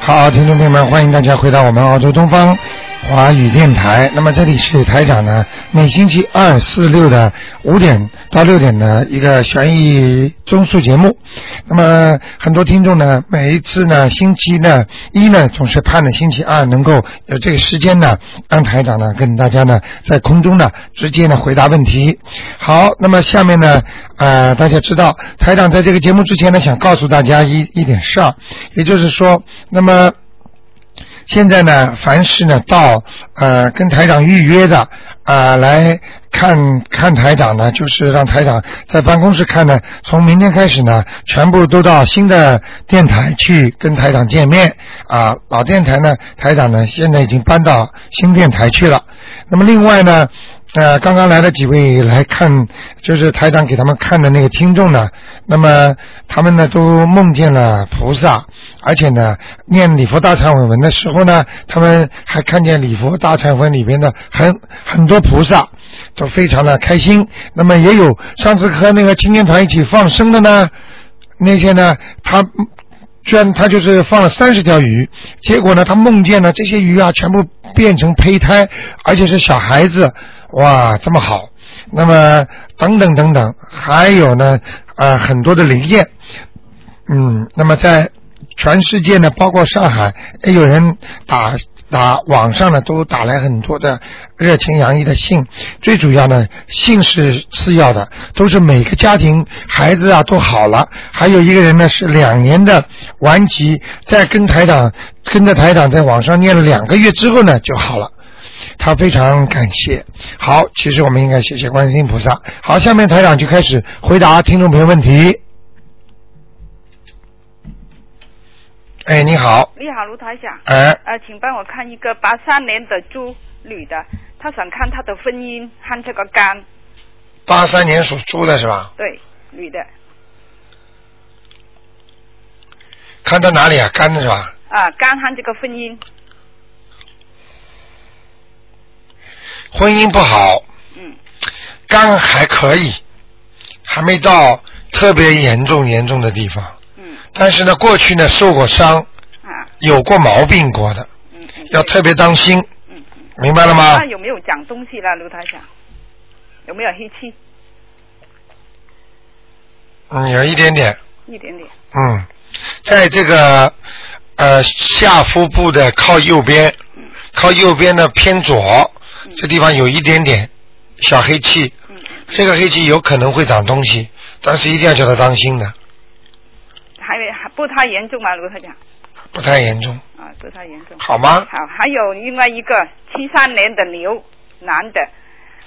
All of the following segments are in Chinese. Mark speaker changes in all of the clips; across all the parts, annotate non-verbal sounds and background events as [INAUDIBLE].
Speaker 1: 好，听众朋友们，欢迎大家回到我们澳洲东方华语电台。那么这里是台长呢，每星期二、四、六的五点到六点的一个悬疑综述节目。那么很多听众呢，每一次呢，星期呢一呢，总是盼着星期二能够有这个时间呢，让台长呢跟大家呢在空中呢直接呢回答问题。好，那么下面呢，呃，大家知道台长在这个节目之前呢，想告诉大家一一点事儿，也就是说，那么。现在呢，凡是呢到呃跟台长预约的啊、呃来看看台长呢，就是让台长在办公室看呢，从明天开始呢，全部都到新的电台去跟台长见面啊、老电台呢，台长呢现在已经搬到新电台去了。那么另外呢，呃，刚刚来了几位来看，就是台长给他们看的那个听众呢，那么他们呢都梦见了菩萨，而且呢念礼佛大忏悔文的时候呢，他们还看见礼佛大忏悔里边的很很多菩萨，都非常的开心。那么也有上次和那个青年团一起放生的呢，那些呢他。居然他就是放了三十条鱼，结果呢，他梦见呢这些鱼啊全部变成胚胎，而且是小孩子，哇，这么好。那么等等等等，还有呢，呃，很多的灵验，嗯，那么在全世界呢，包括上海，也有人打打网上呢都打来很多的热情洋溢的信。最主要呢，信是次要的，都是每个家庭孩子啊都好了。还有一个人呢是两年的顽疾，在跟台长跟着台长在网上念了两个月之后呢就好了。他非常感谢。好，其实我们应该谢谢观世音菩萨。好，下面台长就开始回答听众朋友问题。哎，你好，
Speaker 2: 你好，卢台长。
Speaker 1: 哎，
Speaker 2: 呃，请帮我看一个八三年的猪女的，她想看她的婚姻和这个肝，
Speaker 1: 八三年属猪的是吧？
Speaker 2: 对，女的
Speaker 1: 看到哪里啊？肝的是吧？
Speaker 2: 啊，肝和这个婚姻，
Speaker 1: 婚姻不好，
Speaker 2: 嗯，
Speaker 1: 肝还可以，还没到特别严重严重的地方。
Speaker 2: 嗯
Speaker 1: 但是呢，过去呢受过伤，
Speaker 2: 啊，
Speaker 1: 有过毛病过的，
Speaker 2: 嗯嗯，
Speaker 1: 要特别当心，
Speaker 2: 嗯嗯，
Speaker 1: 明白了吗
Speaker 2: 那？有没有长东西了，卢台长？有没有黑气？
Speaker 1: 嗯，有一点点，
Speaker 2: 一点点，
Speaker 1: 嗯，在这个呃下腹部的靠右边，
Speaker 2: 嗯
Speaker 1: 靠右边的偏左
Speaker 2: 嗯
Speaker 1: 这地方有一点点小黑气，
Speaker 2: 嗯，嗯
Speaker 1: 这个黑气有可能会长东西，但是一定要叫他当心的，
Speaker 2: 还没还不太严重嘛，卢台长？
Speaker 1: 不太严重，
Speaker 2: 啊，不太严重。
Speaker 1: 好吗？
Speaker 2: 好，还有另外一个七三年的牛男的，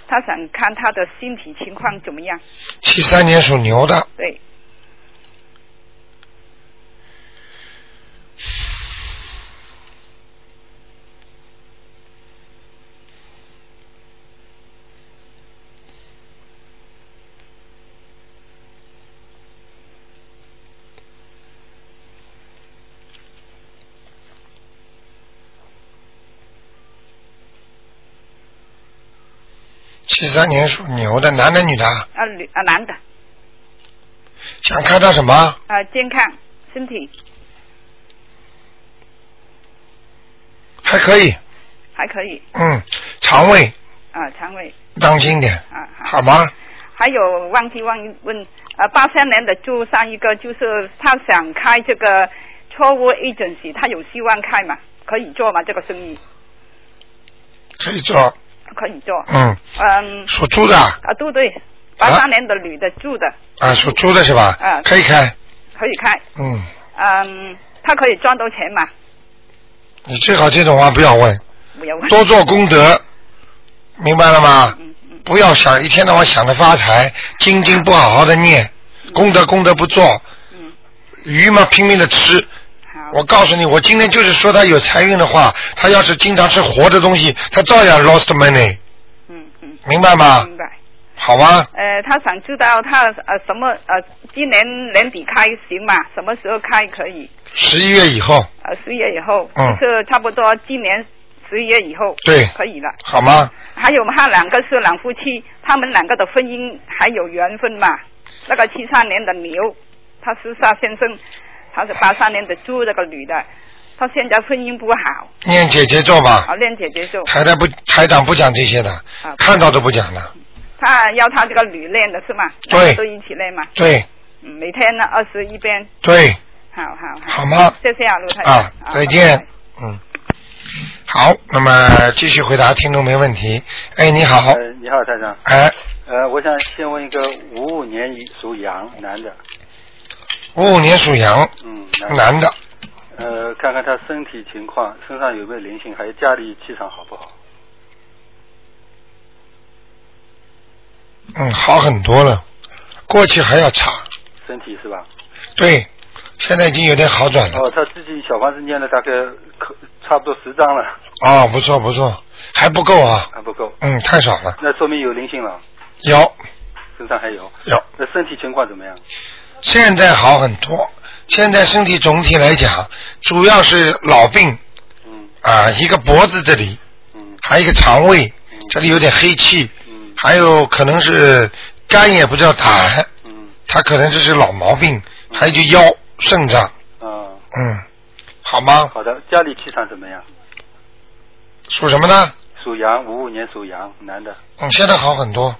Speaker 2: 他想看他的身体情况怎么样？
Speaker 1: 七三年属牛的，
Speaker 2: 对，
Speaker 1: 七三年属牛的，男的女的啊？
Speaker 2: 啊女啊男的
Speaker 1: 想看到什么？
Speaker 2: 啊健康身体
Speaker 1: 还可以，
Speaker 2: 还可以
Speaker 1: 嗯，肠胃
Speaker 2: 啊肠胃
Speaker 1: 当心点，
Speaker 2: 啊好
Speaker 1: 好。吗？
Speaker 2: 还有忘记忘问啊八三年的朱上一个就是他想开这个 travel agency，他有希望开嘛？可以做嘛？这个生意
Speaker 1: 可以做，
Speaker 2: 可以做。
Speaker 1: 嗯，
Speaker 2: 嗯
Speaker 1: 属猪的啊，
Speaker 2: 啊对对，八三年的女的住的
Speaker 1: 啊属猪的是吧？
Speaker 2: 啊
Speaker 1: 可以开，
Speaker 2: 可以开，
Speaker 1: 嗯，
Speaker 2: 嗯，他可以赚到钱嘛？
Speaker 1: 你最好这种话不要问，
Speaker 2: 不要问。
Speaker 1: 多做功德，明白了吗？
Speaker 2: 嗯嗯
Speaker 1: 不要想一天到晚想着发财，经经不好好的念，功德功德不做，
Speaker 2: 嗯，
Speaker 1: 鱼嘛拼命的吃，
Speaker 2: 好。
Speaker 1: 我告诉你，我今天就是说他有财运的话，他要是经常吃活的东西，他照样 lost money，
Speaker 2: 嗯嗯，
Speaker 1: 明白吗？
Speaker 2: 明白。
Speaker 1: 好吗？
Speaker 2: 呃，他想知道他呃什么呃今年年底开行嘛？什么时候开可以？
Speaker 1: 十一月以后，
Speaker 2: 呃，十一月以后，
Speaker 1: 嗯
Speaker 2: 就是差不多今年十一月以后，
Speaker 1: 对
Speaker 2: 可以了。
Speaker 1: 好吗？
Speaker 2: 还有他两个是两夫妻，他们两个的婚姻还有缘分嘛？那个七三年的牛，他是沙先生，他是八三年的猪，那个女的，他现在婚姻不好，
Speaker 1: 念姐姐咒吧。
Speaker 2: 啊，练姐姐咒，
Speaker 1: 台台不台长不讲这些的，
Speaker 2: 啊
Speaker 1: 看到都不讲的。
Speaker 2: 他要他这个女练的是吗？
Speaker 1: 对
Speaker 2: 大家都一起练嘛，
Speaker 1: 对
Speaker 2: 嗯每天呢二十一遍，
Speaker 1: 对，
Speaker 2: 好好好，
Speaker 1: 好吗？
Speaker 2: 谢谢啊，卢台长
Speaker 1: 啊，再见。嗯，好，那么继续回答听众没问题。哎，你好，
Speaker 3: 呃，你好，台长。
Speaker 1: 哎，
Speaker 3: 呃，我想先问一个五五年属羊男的，
Speaker 1: 五五年属羊，
Speaker 3: 嗯，的。
Speaker 1: 男的，
Speaker 3: 呃，看看他身体情况，身上有没有灵性，还有家里气场好不好？
Speaker 1: 嗯，好很多了，过去还要差，
Speaker 3: 身体是吧？
Speaker 1: 对，现在已经有点好转了。
Speaker 3: 哦，他自己小房子念了大概可差不多十张了，
Speaker 1: 哦，不错不错，还不够啊，
Speaker 3: 还不够，
Speaker 1: 嗯，太少了。
Speaker 3: 那说明有灵性了，
Speaker 1: 有
Speaker 3: 身上还有。
Speaker 1: 有，
Speaker 3: 那身体情况怎么样？
Speaker 1: 现在好很多，现在身体总体来讲，主要是老病
Speaker 3: 嗯
Speaker 1: 啊，一个脖子这里，
Speaker 3: 嗯
Speaker 1: 还有一个肠胃
Speaker 3: 嗯，
Speaker 1: 这里有点黑气，
Speaker 3: 嗯
Speaker 1: 还有可能是肝也不知道打，
Speaker 3: 嗯
Speaker 1: 他可能这是老毛病，还有就腰、肾脏，
Speaker 3: 啊，
Speaker 1: 嗯，好吗？
Speaker 3: 好的，家里气场怎么样？
Speaker 1: 属什么呢？
Speaker 3: 属羊，五五年属羊男的，
Speaker 1: 嗯，现在好很多，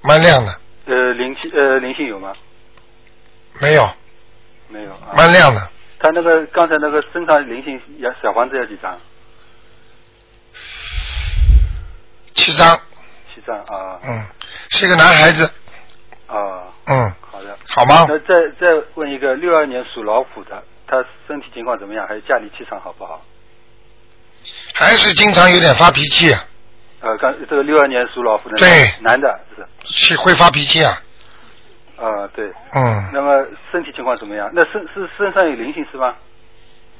Speaker 1: 蛮亮的，
Speaker 3: 呃，灵气呃灵性有吗？
Speaker 1: 没有，
Speaker 3: 啊没有啊。
Speaker 1: 蛮亮的。
Speaker 3: 他那个刚才那个身上灵性要小房子要几张？
Speaker 1: 七张，
Speaker 3: 七张啊
Speaker 1: 嗯，是一个男孩子，
Speaker 3: 啊，
Speaker 1: 嗯，
Speaker 3: 好的。
Speaker 1: 好吗？
Speaker 3: 那再再问一个，六二年属老虎的，他身体情况怎么样？还有家里气场好不好？
Speaker 1: 还是经常有点发脾气、啊，
Speaker 3: 呃，刚这个六二年属老虎的
Speaker 1: 对
Speaker 3: 男男的是
Speaker 1: 是会发脾气啊，
Speaker 3: 啊，对。
Speaker 1: 嗯，
Speaker 3: 那么身体情况怎么样？那身是身上有灵性是吧？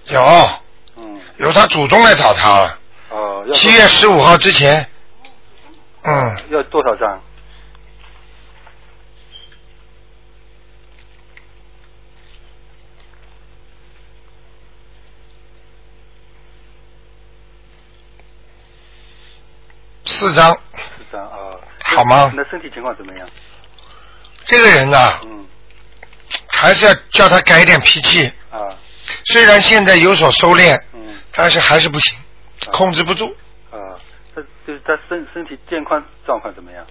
Speaker 1: 有
Speaker 3: 嗯，
Speaker 1: 有他祖宗来找他了，
Speaker 3: 哦、要
Speaker 1: 七月十五号之前，嗯，
Speaker 3: 要多少张？
Speaker 1: 四张，
Speaker 3: 四张啊。
Speaker 1: 好吗
Speaker 3: 那身体情况怎么样？
Speaker 1: 这个人呐、
Speaker 3: 嗯
Speaker 1: 还是要叫他改一点脾气。
Speaker 3: 啊
Speaker 1: 虽然现在有所收敛，
Speaker 3: 嗯
Speaker 1: 但是还是不行，
Speaker 3: 啊
Speaker 1: 控制不住，
Speaker 3: 啊，他就是他身身体健康状况怎么样？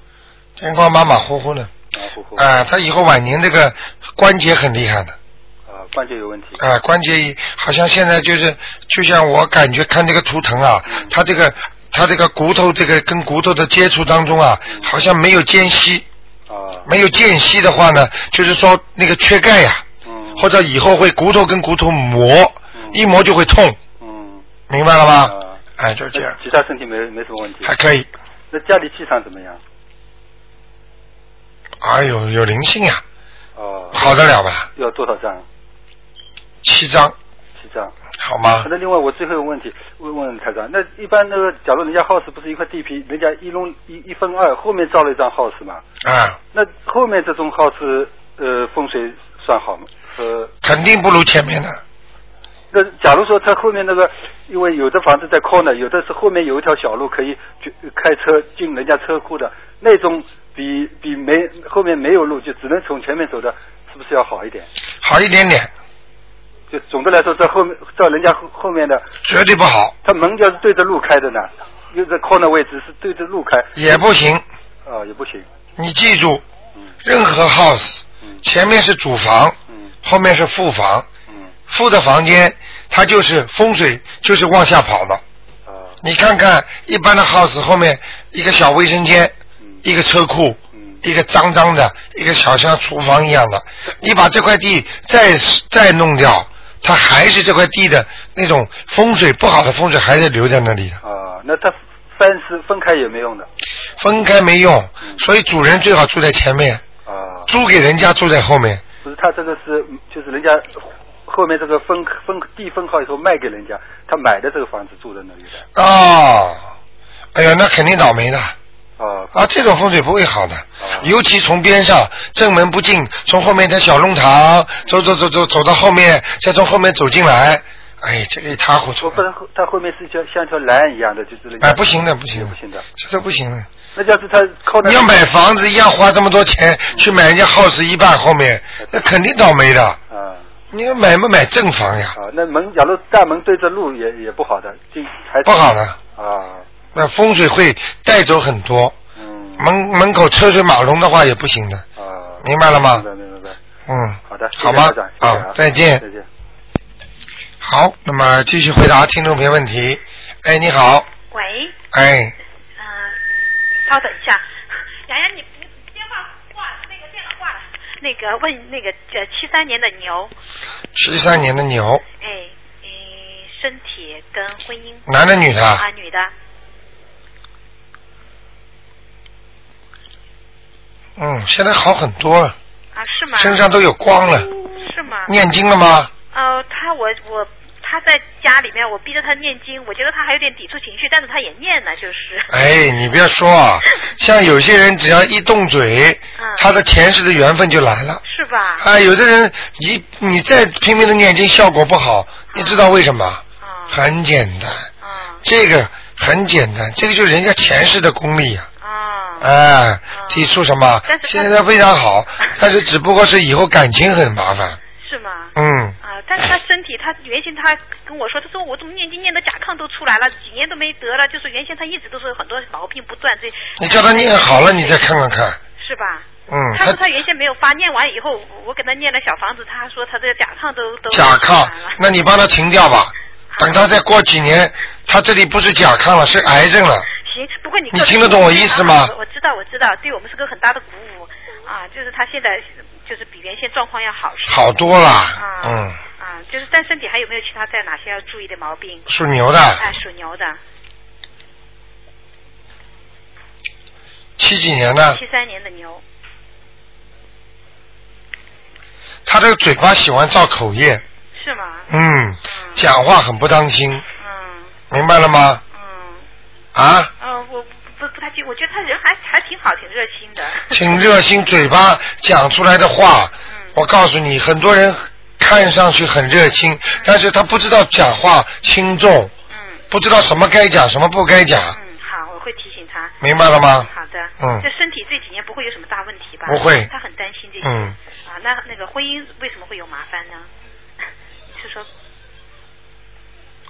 Speaker 1: 健康马马虎虎的。
Speaker 3: 啊，虎虎
Speaker 1: 啊、他以后晚年这个关节很厉害的，
Speaker 3: 啊，关节有问题。
Speaker 1: 啊、关节一好像现在就是，就像我感觉看这个图腾啊，
Speaker 3: 嗯
Speaker 1: 他这个他这个骨头这个跟骨头的接触当中啊，
Speaker 3: 嗯
Speaker 1: 好像没有间隙，
Speaker 3: 啊，
Speaker 1: 没有间隙的话呢，就是说那个缺钙呀、
Speaker 3: 嗯，
Speaker 1: 或者以后会骨头跟骨头磨，
Speaker 3: 嗯
Speaker 1: 一磨就会痛，
Speaker 3: 嗯
Speaker 1: 明白了吗？
Speaker 3: 啊，
Speaker 1: 哎、就是这样
Speaker 3: 那，其他身体没没什么问题。
Speaker 1: 还可以。
Speaker 3: 那家里气场怎么样？
Speaker 1: 哎呦，有灵性呀、
Speaker 3: 哦，
Speaker 1: 好得了吧？
Speaker 3: 要多少张？
Speaker 1: 七张，
Speaker 3: 七张。
Speaker 1: 好吗？
Speaker 3: 那另外我最后一个问题问问台长，那一般那个假如人家 house 不是一块地皮，人家一弄一一分二，后面造了一张 house 嘛？
Speaker 1: 啊，
Speaker 3: 那后面这种 house 呃风水算好吗？呃，
Speaker 1: 肯定不如前面的。
Speaker 3: 那假如说他后面那个，因为有的房子在 corner，有的是后面有一条小路可以去开车进人家车库的，那种比比没后面没有路，就只能从前面走的，是不是要好一点？
Speaker 1: 好一点点，
Speaker 3: 就总的来说，在后面在人家后后面的，
Speaker 1: 绝对不好，
Speaker 3: 他门要是对着路开的呢，又在 corner 位置是对着路开，
Speaker 1: 也不行。
Speaker 3: 啊、也不行。
Speaker 1: 你记住，
Speaker 3: 嗯
Speaker 1: 任何 house
Speaker 3: 嗯
Speaker 1: 前面是主房，
Speaker 3: 嗯
Speaker 1: 后面是副房，
Speaker 3: 嗯
Speaker 1: 副的房间它就是风水就是往下跑的。
Speaker 3: 啊
Speaker 1: 你看看一般的 house 后面一个小卫生间，
Speaker 3: 嗯
Speaker 1: 一个车库，
Speaker 3: 嗯
Speaker 1: 一个脏脏的，一个小像厨房一样的，你把这块地再再弄掉，它还是这块地的那种风水不好的风水还是留在那里的，
Speaker 3: 啊，那他分是分开也没用的
Speaker 1: 分开没用，所以主人最好住在前面，
Speaker 3: 嗯啊。
Speaker 1: 租给人家住在后面，
Speaker 3: 不是他这个是就是人家后面这个分分地分好以后卖给人家，他买的这个房子住在那里的
Speaker 1: 哦，哎呀，那肯定倒霉的。
Speaker 3: 啊
Speaker 1: 啊，这种风水不会好的，尤其从边上正门不进，从后面的小弄堂走走走走走到后面，再从后面走进来，哎，这个一塌糊涂
Speaker 3: 我。不然后他后面是一条像一条栏一样的，就是人家
Speaker 1: 哎，不行的，不行的，
Speaker 3: 不行的。
Speaker 1: 这都不行的。
Speaker 3: 那要是他靠那
Speaker 1: 你要买房子一样花这么多钱去买人家 house 一半后面，那肯定倒霉的。
Speaker 3: 啊
Speaker 1: 你买不买正房呀？
Speaker 3: 啊，那门假如大门对着路也也不好的，就还
Speaker 1: 不好的，
Speaker 3: 啊，
Speaker 1: 那风水会带走很多。
Speaker 3: 嗯
Speaker 1: 门门口车水马龙的话也不行的。
Speaker 3: 啊，
Speaker 1: 明白了吗
Speaker 3: 明白明白明白，
Speaker 1: 嗯，
Speaker 3: 好的，谢谢
Speaker 1: 好吗
Speaker 3: 台长？谢谢
Speaker 1: 啊，再见
Speaker 3: 再。见。
Speaker 1: 好，那么继续回答听众朋友问题。哎，你好，
Speaker 4: 喂，
Speaker 1: 哎，
Speaker 4: 嗯、稍等一下， [LAUGHS] 洋洋，你你电话挂了，那个电脑挂了。那个问那个呃七三年的牛，
Speaker 1: 七三年的牛，
Speaker 4: 哎，嗯，身体跟婚姻
Speaker 1: 男的女的？
Speaker 4: 啊，女的，
Speaker 1: 嗯，现在好很多了，
Speaker 4: 啊，是吗？
Speaker 1: 身上都有光了。
Speaker 4: 是吗？
Speaker 1: 念经了吗？
Speaker 4: 呃，他我我他在家里面，我逼着他念经，我觉得他还有点抵触情绪，但是他也念呢，就是。
Speaker 1: 哎，你不要说
Speaker 4: [LAUGHS]
Speaker 1: 啊，像有些人只要一动嘴，
Speaker 4: 嗯
Speaker 1: 他的前世的缘分就来了。
Speaker 4: 是吧？
Speaker 1: 啊，有的人你你再拼命的念经，效果不好，
Speaker 4: 嗯
Speaker 1: 你知道为什么？
Speaker 4: 啊
Speaker 1: 很简单，
Speaker 4: 啊
Speaker 1: 这个很简单，这个就是人家前世的功力呀、
Speaker 4: 啊！
Speaker 1: 哎，提出什
Speaker 4: [LAUGHS]
Speaker 1: 么
Speaker 4: 但？是他
Speaker 1: 现在非常
Speaker 4: [LAUGHS]
Speaker 1: 好，但是只不过是以后感情很麻烦。
Speaker 4: 是吗？
Speaker 1: 嗯，
Speaker 4: 啊，但是他身体，他原先他跟我说，他说我怎么念经念的甲亢都出来了，几年都没得了，就是原先他一直都是有很多毛病不断，这呃
Speaker 1: 你叫他念好了，你再看看看。
Speaker 4: 是吧？
Speaker 1: 嗯，
Speaker 4: 他说他原先没有发，念完以后，我给他念了小房子，他说他这个甲亢都都
Speaker 1: 甲亢
Speaker 4: 出来了，
Speaker 1: 那你帮他停掉吧。
Speaker 4: 嗯
Speaker 1: 等他再过几年，他这里不是甲亢了，是癌症了。
Speaker 4: 行，不过你
Speaker 1: 你听得懂我意思吗
Speaker 4: 啊我我知道，我知道，对我们是个很大的鼓舞啊！就是他现在就是比原先状况要好，是吧
Speaker 1: 好多了
Speaker 4: 啊，，
Speaker 1: 嗯，
Speaker 4: 啊，就是但身体还有没有其他在哪些要注意的毛病？
Speaker 1: 属牛的，
Speaker 4: 哎，属牛的，
Speaker 1: 七几年的，
Speaker 4: 七三年的牛，
Speaker 1: 他这个嘴巴喜欢造口业，
Speaker 4: 是吗？
Speaker 1: 嗯，
Speaker 4: 嗯
Speaker 1: 讲话很不当心，
Speaker 4: 嗯
Speaker 1: 明白了吗？
Speaker 4: 嗯，
Speaker 1: 啊，
Speaker 4: 呃，我不不不太清，我觉得他人还还挺好，挺热心的。
Speaker 1: 请热心，嘴巴讲出来的话，
Speaker 4: 嗯
Speaker 1: 我告诉你，很多人看上去很热心，但是他不知道讲话轻重，
Speaker 4: 嗯
Speaker 1: 不知道什么该讲，什么不该讲，
Speaker 4: 嗯，好，我会提醒他。
Speaker 1: 明白了吗？
Speaker 4: 好的，
Speaker 1: 嗯
Speaker 4: 这身体这几年不会有什么大问题吧？
Speaker 1: 不会
Speaker 4: 他很担心这些。
Speaker 1: 嗯，
Speaker 4: 啊，那那个婚姻为什么会有麻烦呢？ [LAUGHS] 你是说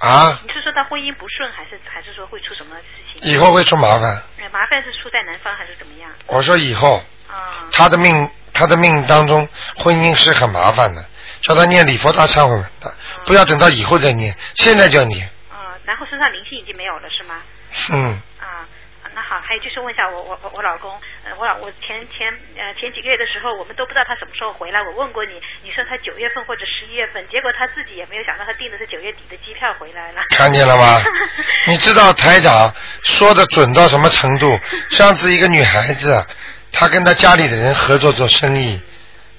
Speaker 1: 啊，
Speaker 4: 你是说他婚姻不顺，还是还是说会出什么事情？
Speaker 1: 以后会出麻烦。
Speaker 4: 哎麻烦是出在男方还是怎么样？
Speaker 1: 我说以后
Speaker 4: 啊、
Speaker 1: 他的命，他的命当中婚姻是很麻烦的，叫他念礼佛大忏悔文的，不要等到以后再念，现在就要念。
Speaker 4: 啊、然后身上灵性已经没有了是吗？
Speaker 1: 嗯，
Speaker 4: 啊，那好，还有就是问一下我我我我老公，呃，我老我前前呃前几个月的时候，我们都不知道他什么时候回来，我问过你，你说他九月份或者十一月份，结果他自己也没有想到他订的是九月底的机票回来了。
Speaker 1: 看见了吗？你知道台长说的准到什么程度？上次一个女孩子，她跟她家里的人合作做生意，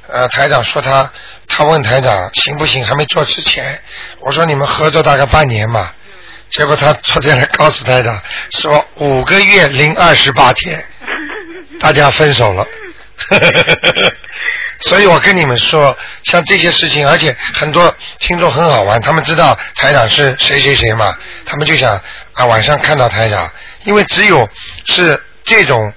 Speaker 1: 呃，台长说她，她问台长行不行？还没做之前，我说你们合作大概半年嘛，结果她昨天来告诉台长说五个月零二十八天，大家分手了。 [LAUGHS] 所以我跟你们说，像这些事情，而且很多听众很好玩，他们知道台长是谁谁谁嘛，他们就想啊晚上看到台长，因为只有是这种，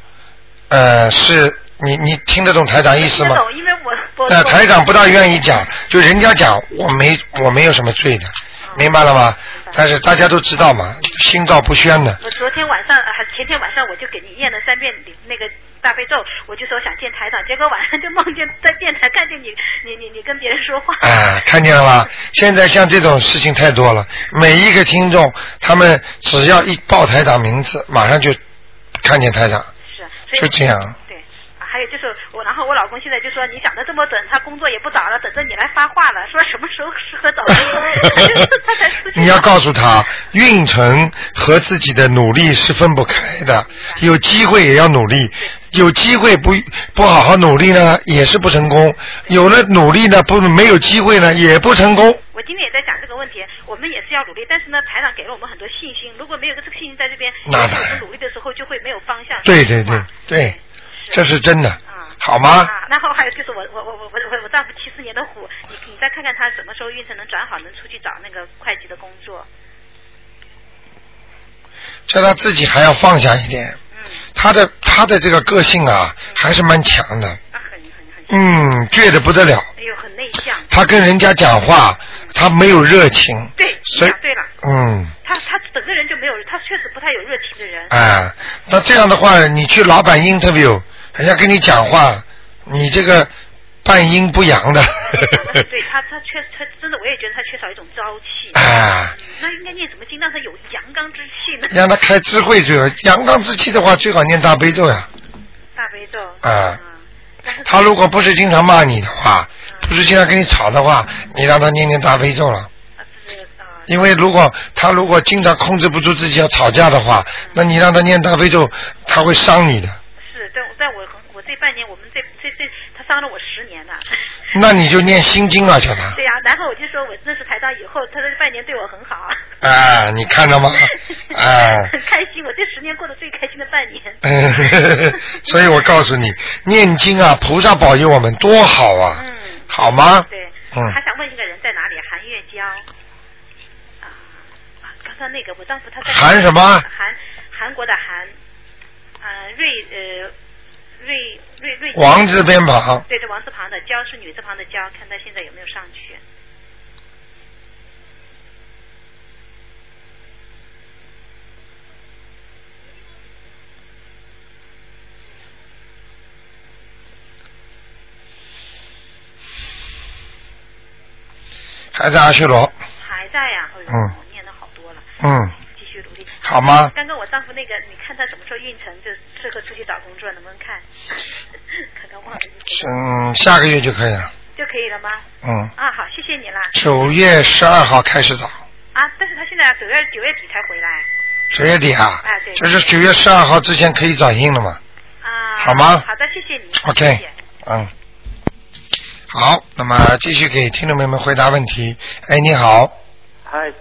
Speaker 1: 呃，是你你听得懂台长意思
Speaker 4: 听
Speaker 1: 吗
Speaker 4: 得？懂，因为我我
Speaker 1: 那台长不大
Speaker 4: 意。
Speaker 1: 愿意讲，就人家讲我没我没有什么罪的，
Speaker 4: 哦
Speaker 1: 明白了吗？但是大家都知道嘛，心照不宣的，
Speaker 4: [LAUGHS] 我昨天晚上呃还前天晚上我就给你念了三遍你那个大悲咒，我就说想见台长，结果晚上就梦见在电台看见你你你你跟别人说话。
Speaker 1: 啊，看见了吧？现在像这种事情太多了，每一个听众，他们只要一报台长名字，马上就看见台长，
Speaker 4: 是，
Speaker 1: 就
Speaker 4: 所以
Speaker 1: 这样。
Speaker 4: 对，啊还有就是我，然后我老公现在就说你想的这么准，他工作也不找了，等着你来发话了，说什么时候适合找工作，就是他才
Speaker 1: [LAUGHS]
Speaker 4: 出去。
Speaker 1: 你要告诉他，运程和自己的努力是分不开的，有机会也要努力，有机会不不好好努力呢，也是不成功；有了努力呢，不没有机会呢，也不成功。
Speaker 4: 我今天也在讲这个问题，我们也是要努力，但是呢，台长给了我们很多信心，如果没有这个信心在这边，
Speaker 1: 那
Speaker 4: 我
Speaker 1: 当然
Speaker 4: 们努力的时候就会没有方向。
Speaker 1: 对对对
Speaker 4: 啊
Speaker 1: 对，这是真的
Speaker 4: 啊，
Speaker 1: 好吗？
Speaker 4: 啊，然后还有就是我我我我我我我丈夫七四年的虎，你你再看看他什么时候运程能转好，能出去找那个会计的工
Speaker 1: [LAUGHS]
Speaker 4: 作。
Speaker 1: 叫他自己还要放下一点。
Speaker 4: 嗯，
Speaker 1: 他的他的这个个性啊，还是蛮强的。
Speaker 4: 那很很很
Speaker 1: 嗯，倔得不得了。
Speaker 4: 哎呦，很内向。
Speaker 1: 他跟人家讲话，他没有热情。
Speaker 4: 对，
Speaker 1: 所以
Speaker 4: 你讲对了，
Speaker 1: 嗯，
Speaker 4: 他他整个人就没有，他确实不太有热情的人。
Speaker 1: 哎，那这样的话，你去老板 interview，人家跟你讲话，你这个半阴不阳
Speaker 4: 啊
Speaker 1: 的。 [LAUGHS]
Speaker 4: 对他，他缺他真的，我也觉得他缺少一种朝气。嗯
Speaker 1: 哎，
Speaker 4: 那应该念什么经让他有阳刚之气呢？
Speaker 1: 让他开智慧最好。阳刚之气的话，最好念大悲咒呀。
Speaker 4: 大悲咒。
Speaker 1: 啊
Speaker 4: 嗯。但是
Speaker 1: 他如果不是经常骂你的话，不是经常跟你吵的话，你让他念念大悲咒了。
Speaker 4: 啊，这个啊，
Speaker 1: 因为如果他如果经常控制不住自己要吵架的话，那你让他念大悲咒，他会伤你的。
Speaker 4: 是，但但我很，我这半年，我们这这这， [LAUGHS] 他伤了我十年了。
Speaker 1: 那你就念心经啊，小唐。
Speaker 4: 对呀、然后我就说我认识台长以后，他这半年对我很好。
Speaker 1: 啊，你看
Speaker 4: [LAUGHS]
Speaker 1: 到吗？ [LAUGHS] 啊。
Speaker 4: 很开心，我这十年过得最开心的半年。
Speaker 1: 嗯，所以我告诉你，念经啊，菩萨保佑我们多好啊，
Speaker 4: 嗯，
Speaker 1: 好吗？
Speaker 4: 对，
Speaker 1: 嗯
Speaker 4: 还想问一个人在哪里？韩月娇。啊，啊刚刚那个我丈夫他在。
Speaker 1: 韩什么
Speaker 4: 韩韩国的韩，啊瑞呃瑞瑞瑞。
Speaker 1: 王字边旁，
Speaker 4: 对，这王字旁的娇是女字旁的娇，看他现在有没有上去。
Speaker 1: 还是阿修罗，
Speaker 4: 还在呀、哎呦
Speaker 1: 嗯
Speaker 4: 我念的好多了，
Speaker 1: 嗯，
Speaker 4: 继续努力。
Speaker 1: 好吗？
Speaker 4: 刚刚我丈夫那个，你看他什么时候运程，就适合出去找工作，能不能看？ [LAUGHS] 看看忘了
Speaker 1: 嗯，下个月就可以了，
Speaker 4: 就可以了吗？
Speaker 1: 嗯，
Speaker 4: 啊，好，谢谢你啦。
Speaker 1: 九月十二号开始找，
Speaker 4: 啊，但是他现在九月九月底才回来
Speaker 1: 九月底啊
Speaker 4: 啊，对
Speaker 1: 就是九月十二号之前可以找印了嘛，
Speaker 4: 啊。
Speaker 1: 好吗
Speaker 4: 好的，谢谢你。
Speaker 1: OK
Speaker 4: 谢谢
Speaker 1: 嗯。好，那么继续给听众朋友们回答问题。哎，你好，
Speaker 3: 嗨，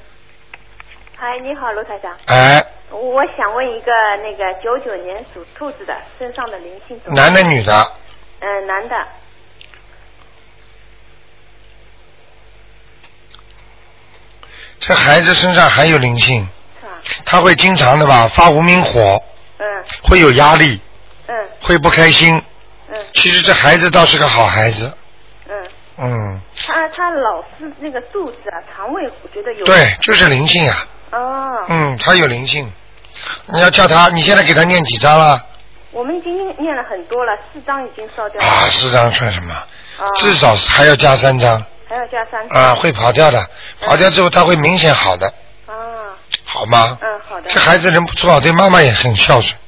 Speaker 5: 嗨，你好，罗台长，
Speaker 1: 哎，
Speaker 5: 我想问一个那个九九年属兔子的身上的灵性走，
Speaker 1: 男的女的？
Speaker 5: 嗯、男的，
Speaker 1: 这孩子身上还有灵性，
Speaker 5: 是吧？
Speaker 1: 他会经常的吧发无名火，
Speaker 5: 嗯
Speaker 1: 会有压力，
Speaker 5: 嗯
Speaker 1: 会不开心。
Speaker 5: 嗯
Speaker 1: 其实这孩子倒是个好孩子，
Speaker 5: 嗯，
Speaker 1: 嗯，
Speaker 5: 他他老是那个肚子啊，肠胃我觉得有，
Speaker 1: 对，就是灵性啊，
Speaker 5: 哦，
Speaker 1: 嗯，他有灵性。你要叫他，你现在给他念几张了？
Speaker 5: 我们已经念念了很多了，四张已经烧掉了，
Speaker 1: 啊，四张算什么？
Speaker 5: 啊，
Speaker 1: 至少还要加三张
Speaker 5: 还要加三张，
Speaker 1: 啊，会跑掉的，跑掉之后他会明显好的，
Speaker 5: 嗯啊，
Speaker 1: 好吗？
Speaker 5: 嗯，好的
Speaker 1: 这，孩子人不错，对妈妈也很孝顺。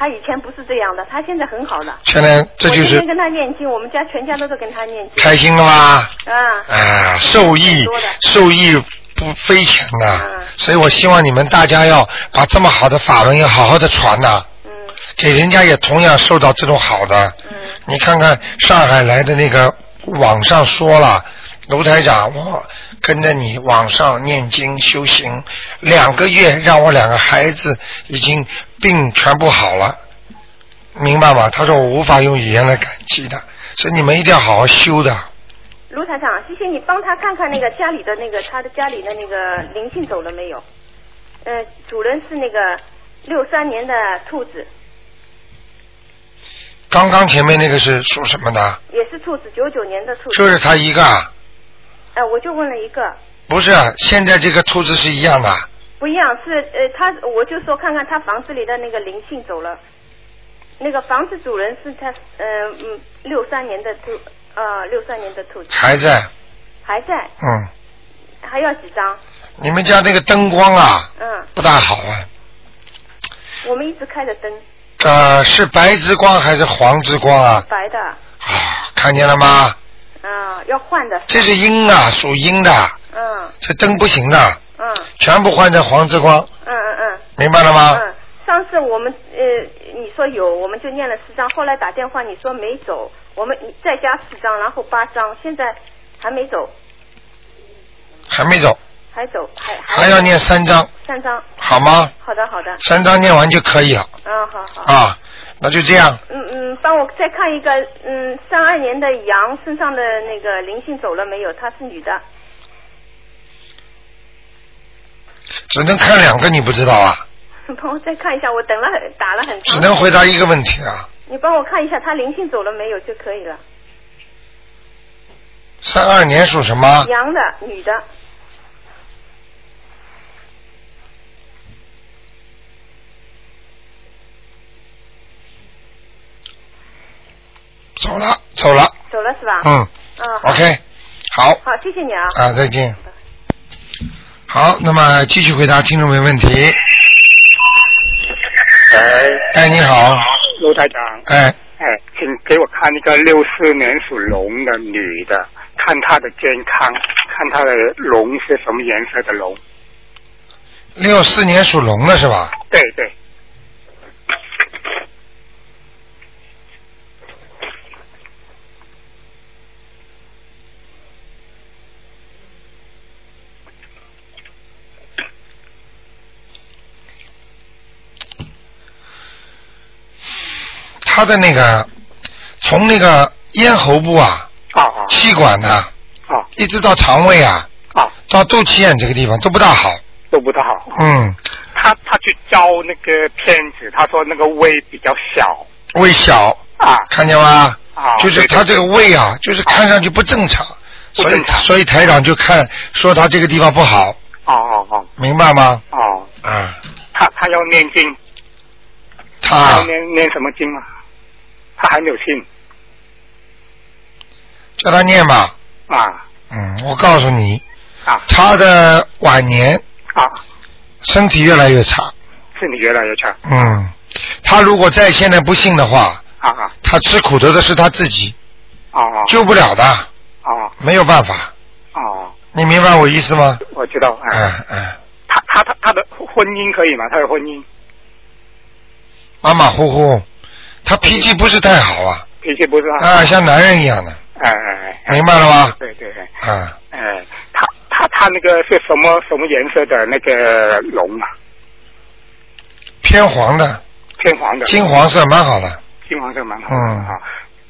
Speaker 5: 他以前不是这样的，他现在很好了，
Speaker 1: 现在这就
Speaker 5: 我天
Speaker 1: 是
Speaker 5: 天跟他念经，我们家全家都在跟他念经，
Speaker 1: 开心了吧？
Speaker 5: 啊，
Speaker 1: 啊，受益
Speaker 5: 很多的
Speaker 1: 受益不非浅呐、
Speaker 5: 嗯
Speaker 1: 所以我希望你们大家要把这么好的法文要好好的传呐、
Speaker 5: 嗯
Speaker 1: 给人家也同样受到这种好的。
Speaker 5: 嗯
Speaker 1: 你看看上海来的那个网上说了，卢台长，我跟着你网上念经修行两个月，让我两个孩子已经病全部好了，明白吗？他说我无法用语言来感激的，所以你们一定要好好修的。
Speaker 5: 卢台长，谢谢你帮他看看那个家里的那个他的家里的那个灵性走了没有？呃，主人是那个六三年的兔子，
Speaker 1: 刚刚前面那个是属什么的？
Speaker 5: 也是兔子，九九年的兔子。
Speaker 1: 就是他一个啊，
Speaker 5: 呃，我就问了一个，
Speaker 1: 不是啊现在这个兔子是一样的啊，
Speaker 5: 不一样是呃，他我就说看看他房子里的那个灵性走了，那个房子主人是他呃嗯六三年的兔呃六三年的兔子
Speaker 1: 还在。
Speaker 5: 还在，
Speaker 1: 嗯，
Speaker 5: 还要几张？
Speaker 1: 你们家那个灯光啊
Speaker 5: 嗯，
Speaker 1: 不大好啊，
Speaker 5: 我们一直开着灯，
Speaker 1: 呃，是白之光还是黄之光啊？
Speaker 5: 白的
Speaker 1: 啊，看见了吗？
Speaker 5: 啊、要换的，
Speaker 1: 这是阴啊，属阴的，
Speaker 5: 嗯
Speaker 1: 这灯不行的，
Speaker 5: 嗯
Speaker 1: 全部换成黄之光，
Speaker 5: 嗯嗯嗯。
Speaker 1: 明白了吗？
Speaker 5: 嗯，上次我们呃，你说有，我们就念了四张，后来打电话你说没走，我们你再加四张，然后八张，现在还没走，
Speaker 1: 还没走，
Speaker 5: 还走，还
Speaker 1: 还要念三章，
Speaker 5: 三张。
Speaker 1: 好吗？
Speaker 5: 好的，好的，
Speaker 1: 三章念完就可以了
Speaker 5: 嗯，好好。
Speaker 1: 啊，那就这样。
Speaker 5: 嗯嗯，帮我再看一个，嗯，三二年的羊身上的那个灵性走了没有？她是女的， [LAUGHS]
Speaker 1: 只能看两个，你不知道啊？
Speaker 5: 帮我再看一下，我等了很打了很
Speaker 1: 只
Speaker 5: 长，
Speaker 1: 能回答一个问题啊。
Speaker 5: 你帮我看一下她灵性走了没有就可以了。
Speaker 1: 三二年属什么？
Speaker 5: 阳的，女的，
Speaker 1: 走了，走了。
Speaker 5: 走了是吧？
Speaker 1: 嗯
Speaker 5: 嗯，好，
Speaker 1: ，OK，好
Speaker 5: 好，谢谢你啊。
Speaker 1: 啊，再见。好，那么继续回答听众朋友问题。
Speaker 6: 哎，
Speaker 1: 哎，你好，
Speaker 6: 陆台长，
Speaker 1: 哎，
Speaker 6: 哎，请给我看一个六四年属龙的女的，看她的健康，看她的龙是什么颜色的龙。
Speaker 1: 六四年属龙的是吧？
Speaker 6: 对对，
Speaker 1: 他的那个从那个咽喉部啊、
Speaker 6: 啊啊
Speaker 1: 气管呐、
Speaker 6: 啊
Speaker 1: 一直到肠胃啊，
Speaker 6: 啊，
Speaker 1: 到肚脐眼这个地方都不大好。
Speaker 6: 都不太好。
Speaker 1: 嗯，
Speaker 6: 她她去招那个骗子，她说那个胃比较小
Speaker 1: 胃小，
Speaker 6: 啊
Speaker 1: 看见吗？
Speaker 6: 啊，
Speaker 1: 就是
Speaker 6: 对
Speaker 1: 他这个胃啊，就是看上去不正常，
Speaker 6: 不
Speaker 1: 所以
Speaker 6: 正常
Speaker 1: 所以台长就看说他这个地方不好，
Speaker 6: 哦哦哦
Speaker 1: 明白吗？
Speaker 6: 哦，
Speaker 1: 啊，
Speaker 6: 她她要念经，她
Speaker 1: 他
Speaker 6: 要念念什么经啊？她还没有信
Speaker 1: 叫他念吧。
Speaker 6: 啊
Speaker 1: 嗯，我告诉你，
Speaker 6: 啊
Speaker 1: 他的晚年
Speaker 6: 啊，
Speaker 1: 身体越来越差。
Speaker 6: 是你越来越强
Speaker 1: 嗯，他如果再现在不信的话，
Speaker 6: 啊啊
Speaker 1: 他吃苦头的是他自己，
Speaker 6: 哦哦
Speaker 1: 救不了的，
Speaker 6: 哦
Speaker 1: 没有办法。
Speaker 6: 哦，
Speaker 1: 你明白我意思吗？
Speaker 6: 我知道
Speaker 1: 哎、
Speaker 6: 啊。
Speaker 1: 哎、
Speaker 6: 她她她她的婚姻可以吗？她的婚姻
Speaker 1: 马马虎虎，他脾气不是太好啊，
Speaker 6: 脾气不是很好
Speaker 1: 啊，像男人一样的，
Speaker 6: 哎哎哎，
Speaker 1: 明白了吗？
Speaker 6: 对对对，
Speaker 1: 啊，
Speaker 6: 哎，她她她那个是什么什么颜色的那个龙啊？
Speaker 1: 偏黄的，
Speaker 6: 偏黄的，
Speaker 1: 金黄色蛮好的。
Speaker 6: 金黄色蛮好
Speaker 1: 嗯
Speaker 6: 啊。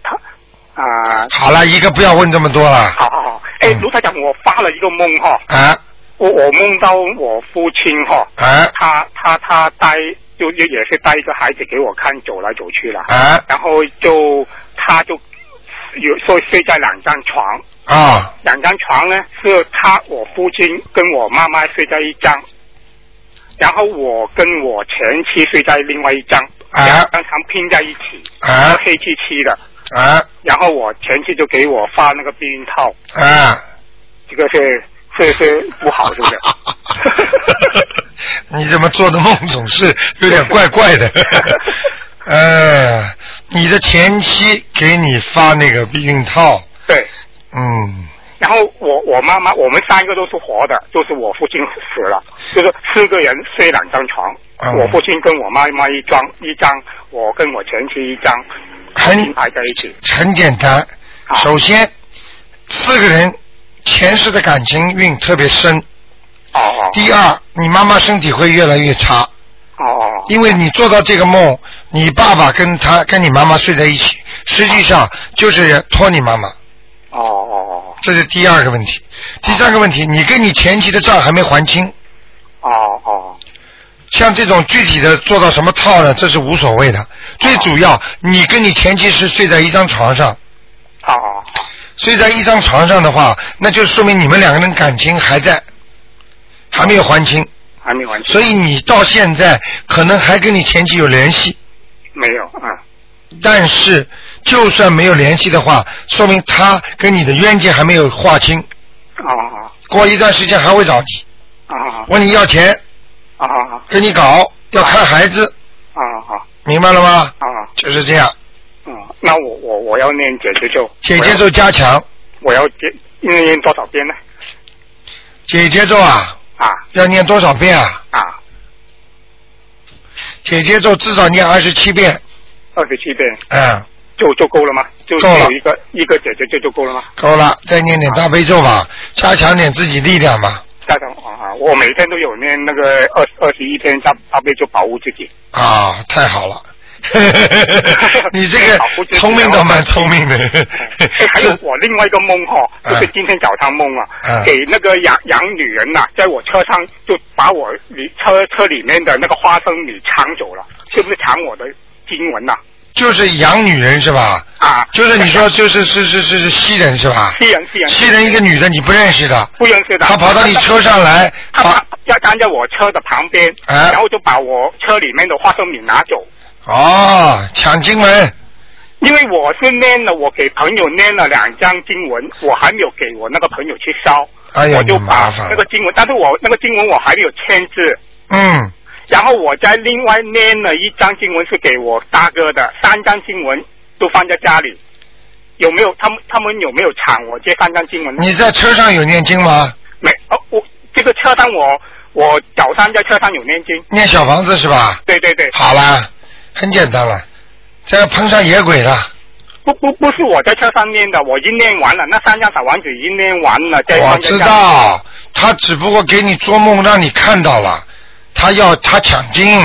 Speaker 6: 她啊，
Speaker 1: 好了，一个不要问这么多了。
Speaker 6: 好好好，哎，
Speaker 1: 嗯
Speaker 6: 卢台长，我发了一个梦哈，
Speaker 1: 啊
Speaker 6: 我我梦到我父亲哈，
Speaker 1: 啊
Speaker 6: 他他他带就也也是带一个孩子给我看，走来走去了，
Speaker 1: 啊
Speaker 6: 然后就他就有时候睡在两张床，
Speaker 1: 啊！
Speaker 6: 两张床呢是他我父亲跟我妈妈睡在一张，然后我跟我前妻睡在另外一张，
Speaker 1: 啊
Speaker 6: 两张床拼在一起，
Speaker 1: 啊
Speaker 6: 黑漆漆的，
Speaker 1: 啊
Speaker 6: 然后我前妻就给我发那个避孕套，
Speaker 1: 啊！
Speaker 6: 这个是是是不好，
Speaker 1: [LAUGHS]
Speaker 6: 是不是？
Speaker 1: 你怎么做的梦总是有点怪怪的？ [LAUGHS] 呃，你的前妻给你发那个避孕套，
Speaker 6: 对。
Speaker 1: 嗯，
Speaker 6: 然后我我妈妈，我们三个都是活的，就是我父亲死了，就是四个人睡两张床，
Speaker 1: 嗯
Speaker 6: 我父亲跟我妈妈一张一张，我跟我前妻一张，
Speaker 1: 很
Speaker 6: 排在一起。
Speaker 1: 很简单
Speaker 6: 好。
Speaker 1: 首先，四个人前世的感情运特别深。
Speaker 6: 哦哦
Speaker 1: 第二，你妈妈身体会越来越差，
Speaker 6: 哦哦
Speaker 1: 因为你做到这个梦，你爸爸跟他跟你妈妈睡在一起，实际上就是托你妈妈。
Speaker 6: 哦哦
Speaker 1: 这是第二个问题。第三个问题，你跟你前妻的账还没还清，
Speaker 6: 哦哦
Speaker 1: 像这种具体的做到什么套呢？这是无所谓的。最主要，你跟你前妻是睡在一张床上，
Speaker 6: 哦
Speaker 1: 睡在一张床上的话，那就说明你们两个人感情还在，还没有还清。
Speaker 6: 还没完
Speaker 1: 所
Speaker 6: 全，
Speaker 1: 以你到现在可能还跟你前妻有联系，
Speaker 6: 没有啊
Speaker 1: 但是就算没有联系的话，说明他跟你的冤结还没有划清，
Speaker 6: 哦哦
Speaker 1: 过一段时间还会找你，
Speaker 6: 哦
Speaker 1: 问你要钱，
Speaker 6: 哦哦
Speaker 1: 跟你搞，要看孩子，
Speaker 6: 哦
Speaker 1: 明白了吗？
Speaker 6: 哦
Speaker 1: 就是这样，
Speaker 6: 嗯，那我我我要念姐姐咒，
Speaker 1: 姐姐咒加强，
Speaker 6: 我要念念多少遍呢？
Speaker 1: 姐姐咒啊，
Speaker 6: 啊
Speaker 1: 要念多少遍啊？
Speaker 6: 啊，
Speaker 1: 姐姐咒至少念二十七遍，
Speaker 6: 二十七遍。
Speaker 1: 嗯，
Speaker 6: 就就够了吗？就
Speaker 1: 够了
Speaker 6: 只有一个一个姐姐就就够了吗？
Speaker 1: 够了，再念点大悲咒吧，加强点自己力量吧，
Speaker 6: 大长啊，我每天都有念那个二二十一天大大悲咒保护自己。
Speaker 1: 啊，太好了。 [LAUGHS] 你这个聪明倒蛮聪明的， [LAUGHS]
Speaker 6: 哎，还有我另外一个梦哈、
Speaker 1: 嗯
Speaker 6: 就是今天早上梦啊，
Speaker 1: 嗯
Speaker 6: 给那个养养女人呐、在我车上就把我里车车里面的那个花生米抢走了，是不是抢我的经文呐、
Speaker 1: 就是洋女人是吧？
Speaker 6: 啊，
Speaker 1: 就是你说就是是是是是西人是吧？
Speaker 6: 西人西人
Speaker 1: 西人一个女的你不认识的，
Speaker 6: 不认识的，
Speaker 1: 她跑到你车上来，
Speaker 6: 他
Speaker 1: 把
Speaker 6: 把要站在我车的旁边，
Speaker 1: 哎
Speaker 6: 然后就把我车里面的花生米拿走，
Speaker 1: 哦抢经文，
Speaker 6: 因为我是念了，我给朋友念了两张经文，我还没有给我那个朋友去烧，
Speaker 1: 哎呀
Speaker 6: 我就
Speaker 1: 你
Speaker 6: 把
Speaker 1: 麻烦了
Speaker 6: 那个经文，但是我那个经文我还没有签字，
Speaker 1: 嗯
Speaker 6: 然后我再另外念了一张经文是给我大哥的，三张经文都放在家里，有没有？他们他们有没有抢我这三张经文？
Speaker 1: 你在车上有念经吗？
Speaker 6: 没哦，我这个车上我我早上在车上有念经，
Speaker 1: 念小房子是吧？
Speaker 6: 对对对，
Speaker 1: 好啦，很简单了，这个碰上野鬼了，
Speaker 6: 不不不是我在车上念的，我已经念完了，那三张小王子已经念完了，再
Speaker 1: 我
Speaker 6: 放在
Speaker 1: 知
Speaker 6: 家里
Speaker 1: 道，他只不过给你做梦让你看到了，他要他抢经。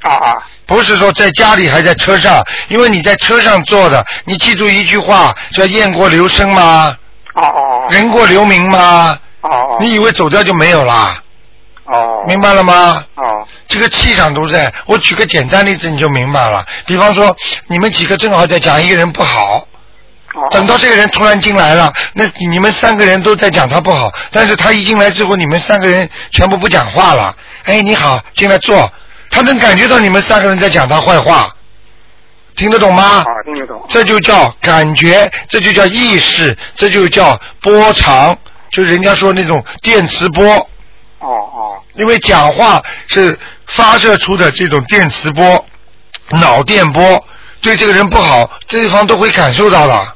Speaker 6: 啊啊，
Speaker 1: 不是说在家里还在车上，因为你在车上坐的，你记住一句话，叫雁过留声吗？
Speaker 6: 哦哦
Speaker 1: 人过留名吗？
Speaker 6: 哦哦
Speaker 1: 你以为走掉就没有啦？
Speaker 6: 哦，
Speaker 1: 明白了吗？
Speaker 6: 哦
Speaker 1: 这个气场都在。我举个简单例子你就明白了。比方说，你们几个正好在讲一个人不好，
Speaker 6: 哦，
Speaker 1: 等到这个人突然进来了，那你们三个人都在讲他不好，但是他一进来之后，你们三个人全部不讲话了。哎，你好，进来坐。他能感觉到你们三个人在讲他坏话，听得懂吗？
Speaker 6: 啊听得懂
Speaker 1: 这就叫感觉，这就叫意识，这就叫波长，就人家说那种电磁波，
Speaker 6: 哦哦
Speaker 1: 因为讲话是发射出的这种电磁波、脑电波，对这个人不好，对方都会感受到的，
Speaker 6: 哦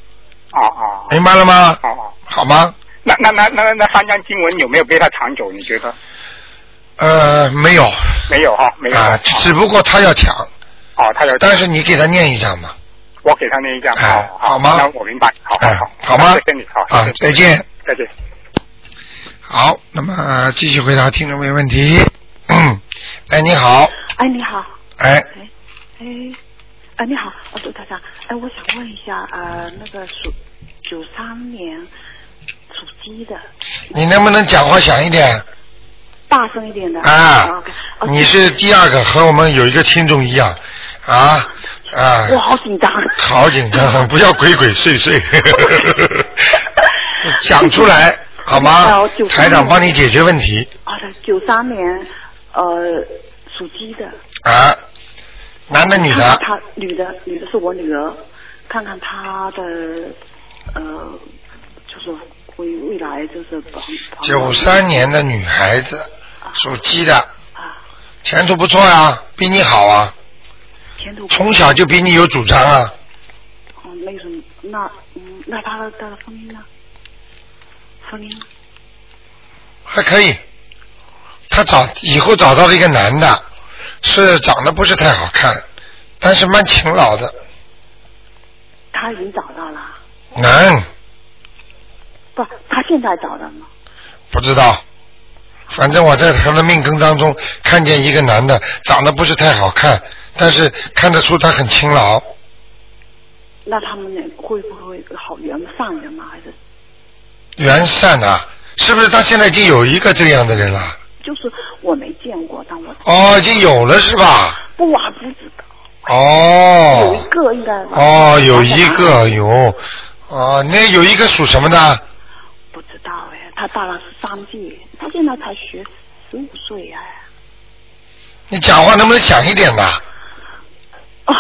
Speaker 6: 哦
Speaker 1: 明白了吗？
Speaker 6: 哦哦，
Speaker 1: 好吗？
Speaker 6: 那那那那那三张经文有没有被他抢走？你觉得
Speaker 1: 呃，没有啊、
Speaker 6: 没有哈？没有哦
Speaker 1: 只只不过他要抢，
Speaker 6: 哦，他有，
Speaker 1: 但是你给他念一下嘛，
Speaker 6: 我给他那一张，
Speaker 1: 哎
Speaker 6: 哦，
Speaker 1: 好吗
Speaker 6: 那我明白，好
Speaker 1: 哎
Speaker 6: 好，
Speaker 1: 好吗
Speaker 6: 那谢谢你，好，
Speaker 1: 啊
Speaker 6: 谢，谢
Speaker 1: 再
Speaker 6: 你，
Speaker 1: 见。
Speaker 6: 再见。
Speaker 1: 好，那么、呃继续回答听众朋友问题。嗯，哎，你好，
Speaker 7: 哎，你好，
Speaker 1: 哎，
Speaker 7: 哎，哎，你好，哦，杜台长，哎，我想问一下，呃，那个属九三年属鸡的，
Speaker 1: 你能不能讲话响一点？
Speaker 7: 大声一点的
Speaker 1: 啊
Speaker 7: 哦，OK，哦
Speaker 1: 你是第二个，和我们有一个听众一样，啊啊，
Speaker 7: 我好紧张，
Speaker 1: 好紧张，不要鬼鬼祟 [LAUGHS] 祟，讲出来好吗
Speaker 7: 哦就？是
Speaker 1: 台长帮你解决问题
Speaker 7: 好的，哦九三年，呃，属鸡的，
Speaker 1: 啊，男的女
Speaker 7: 看看
Speaker 1: 的，
Speaker 7: 她女的，女的是我女儿，看看她的，呃，就是未未来就是帮帮
Speaker 1: 九三年的女孩子，属鸡的，
Speaker 7: 啊，
Speaker 1: 前途不错啊，比你好啊，
Speaker 7: 前途
Speaker 1: 从小就比你有主张啊，
Speaker 7: 哦，那什么，那嗯，那他的他的婚姻呢？婚姻
Speaker 1: 还可以。他找以后找到了一个男的，是长得不是太好看，但是蛮勤劳的，
Speaker 7: 他已经找到了，
Speaker 1: 难
Speaker 7: 不，他现在找到吗？
Speaker 1: 不知道。反正我在他的命根当中看见一个男的，长得不是太好看，但是看得出他很勤劳。
Speaker 7: 那他们俩会不会好缘上缘吗？还是
Speaker 1: 缘散啊，是不是他现在已经有一个这样的人了？
Speaker 7: 就是我没见过，但我
Speaker 1: 哦，已经有了是吧？
Speaker 7: 不我还不知道，有
Speaker 1: 哦
Speaker 7: 一，个应该吧？
Speaker 1: 哦，有一
Speaker 7: 啊
Speaker 1: 个有，哦，那有一个属什么的？
Speaker 7: 不知道哎，他大了十三届，他现在才学十五岁哎。
Speaker 1: 你讲话能不能响一点呐？
Speaker 7: 啊，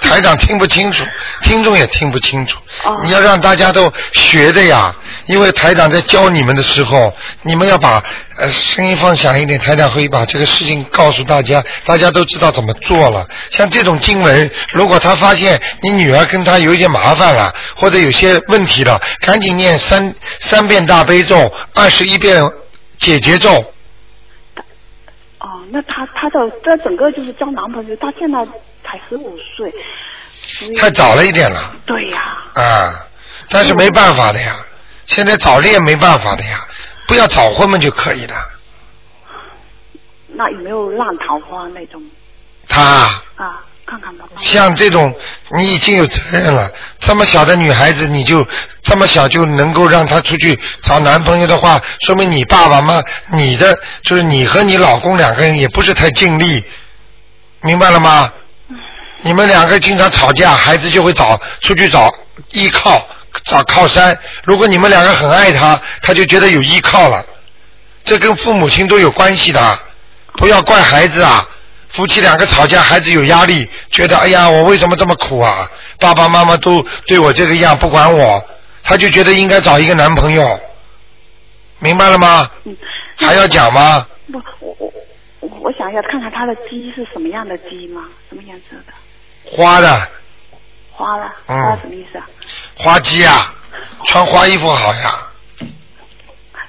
Speaker 1: 台长听不清楚，听众也听不清楚。
Speaker 7: 哦
Speaker 1: 你要让大家都学的呀，因为台长在教你们的时候，你们要把呃声音放响一点，台长会把这个事情告诉大家，大家都知道怎么做了。像这种经文，如果他发现你女儿跟他有一些麻烦了，或者有些问题了，赶紧念三三遍大悲咒，二十一遍解结咒。
Speaker 7: 哦，那他他的这整个就是交男朋友，他现在才十五岁，所以
Speaker 1: 太早了一点了。
Speaker 7: 对呀、
Speaker 1: 啊，但是没办法的呀，现在早恋没办法的呀，不要早婚嘛就可以了。
Speaker 7: 那有没有烂桃花那种
Speaker 1: 他
Speaker 7: 啊？看看吧。
Speaker 1: 像这种，你已经有责任了，这么小的女孩子，你就这么小就能够让她出去找男朋友的话，说明你爸爸妈你的就是你和你老公两个人也不是太尽力，明白了吗？你们两个经常吵架，孩子就会找出去找依靠，找靠山。如果你们两个很爱他，他就觉得有依靠了。这跟父母亲都有关系的，不要怪孩子啊。夫妻两个吵架，孩子有压力，觉得哎呀，我为什么这么苦啊？爸爸妈妈都对我这个样，不管我，他就觉得应该找一个男朋友，明白了吗？
Speaker 7: 嗯，
Speaker 1: 还要讲吗？
Speaker 7: 不，我我我我想要看看它的鸡是什么样的鸡吗？什么颜色的？
Speaker 1: 花的
Speaker 7: 花了，
Speaker 1: 嗯
Speaker 7: 花什么意思啊？
Speaker 1: 花鸡啊，穿花衣服好呀，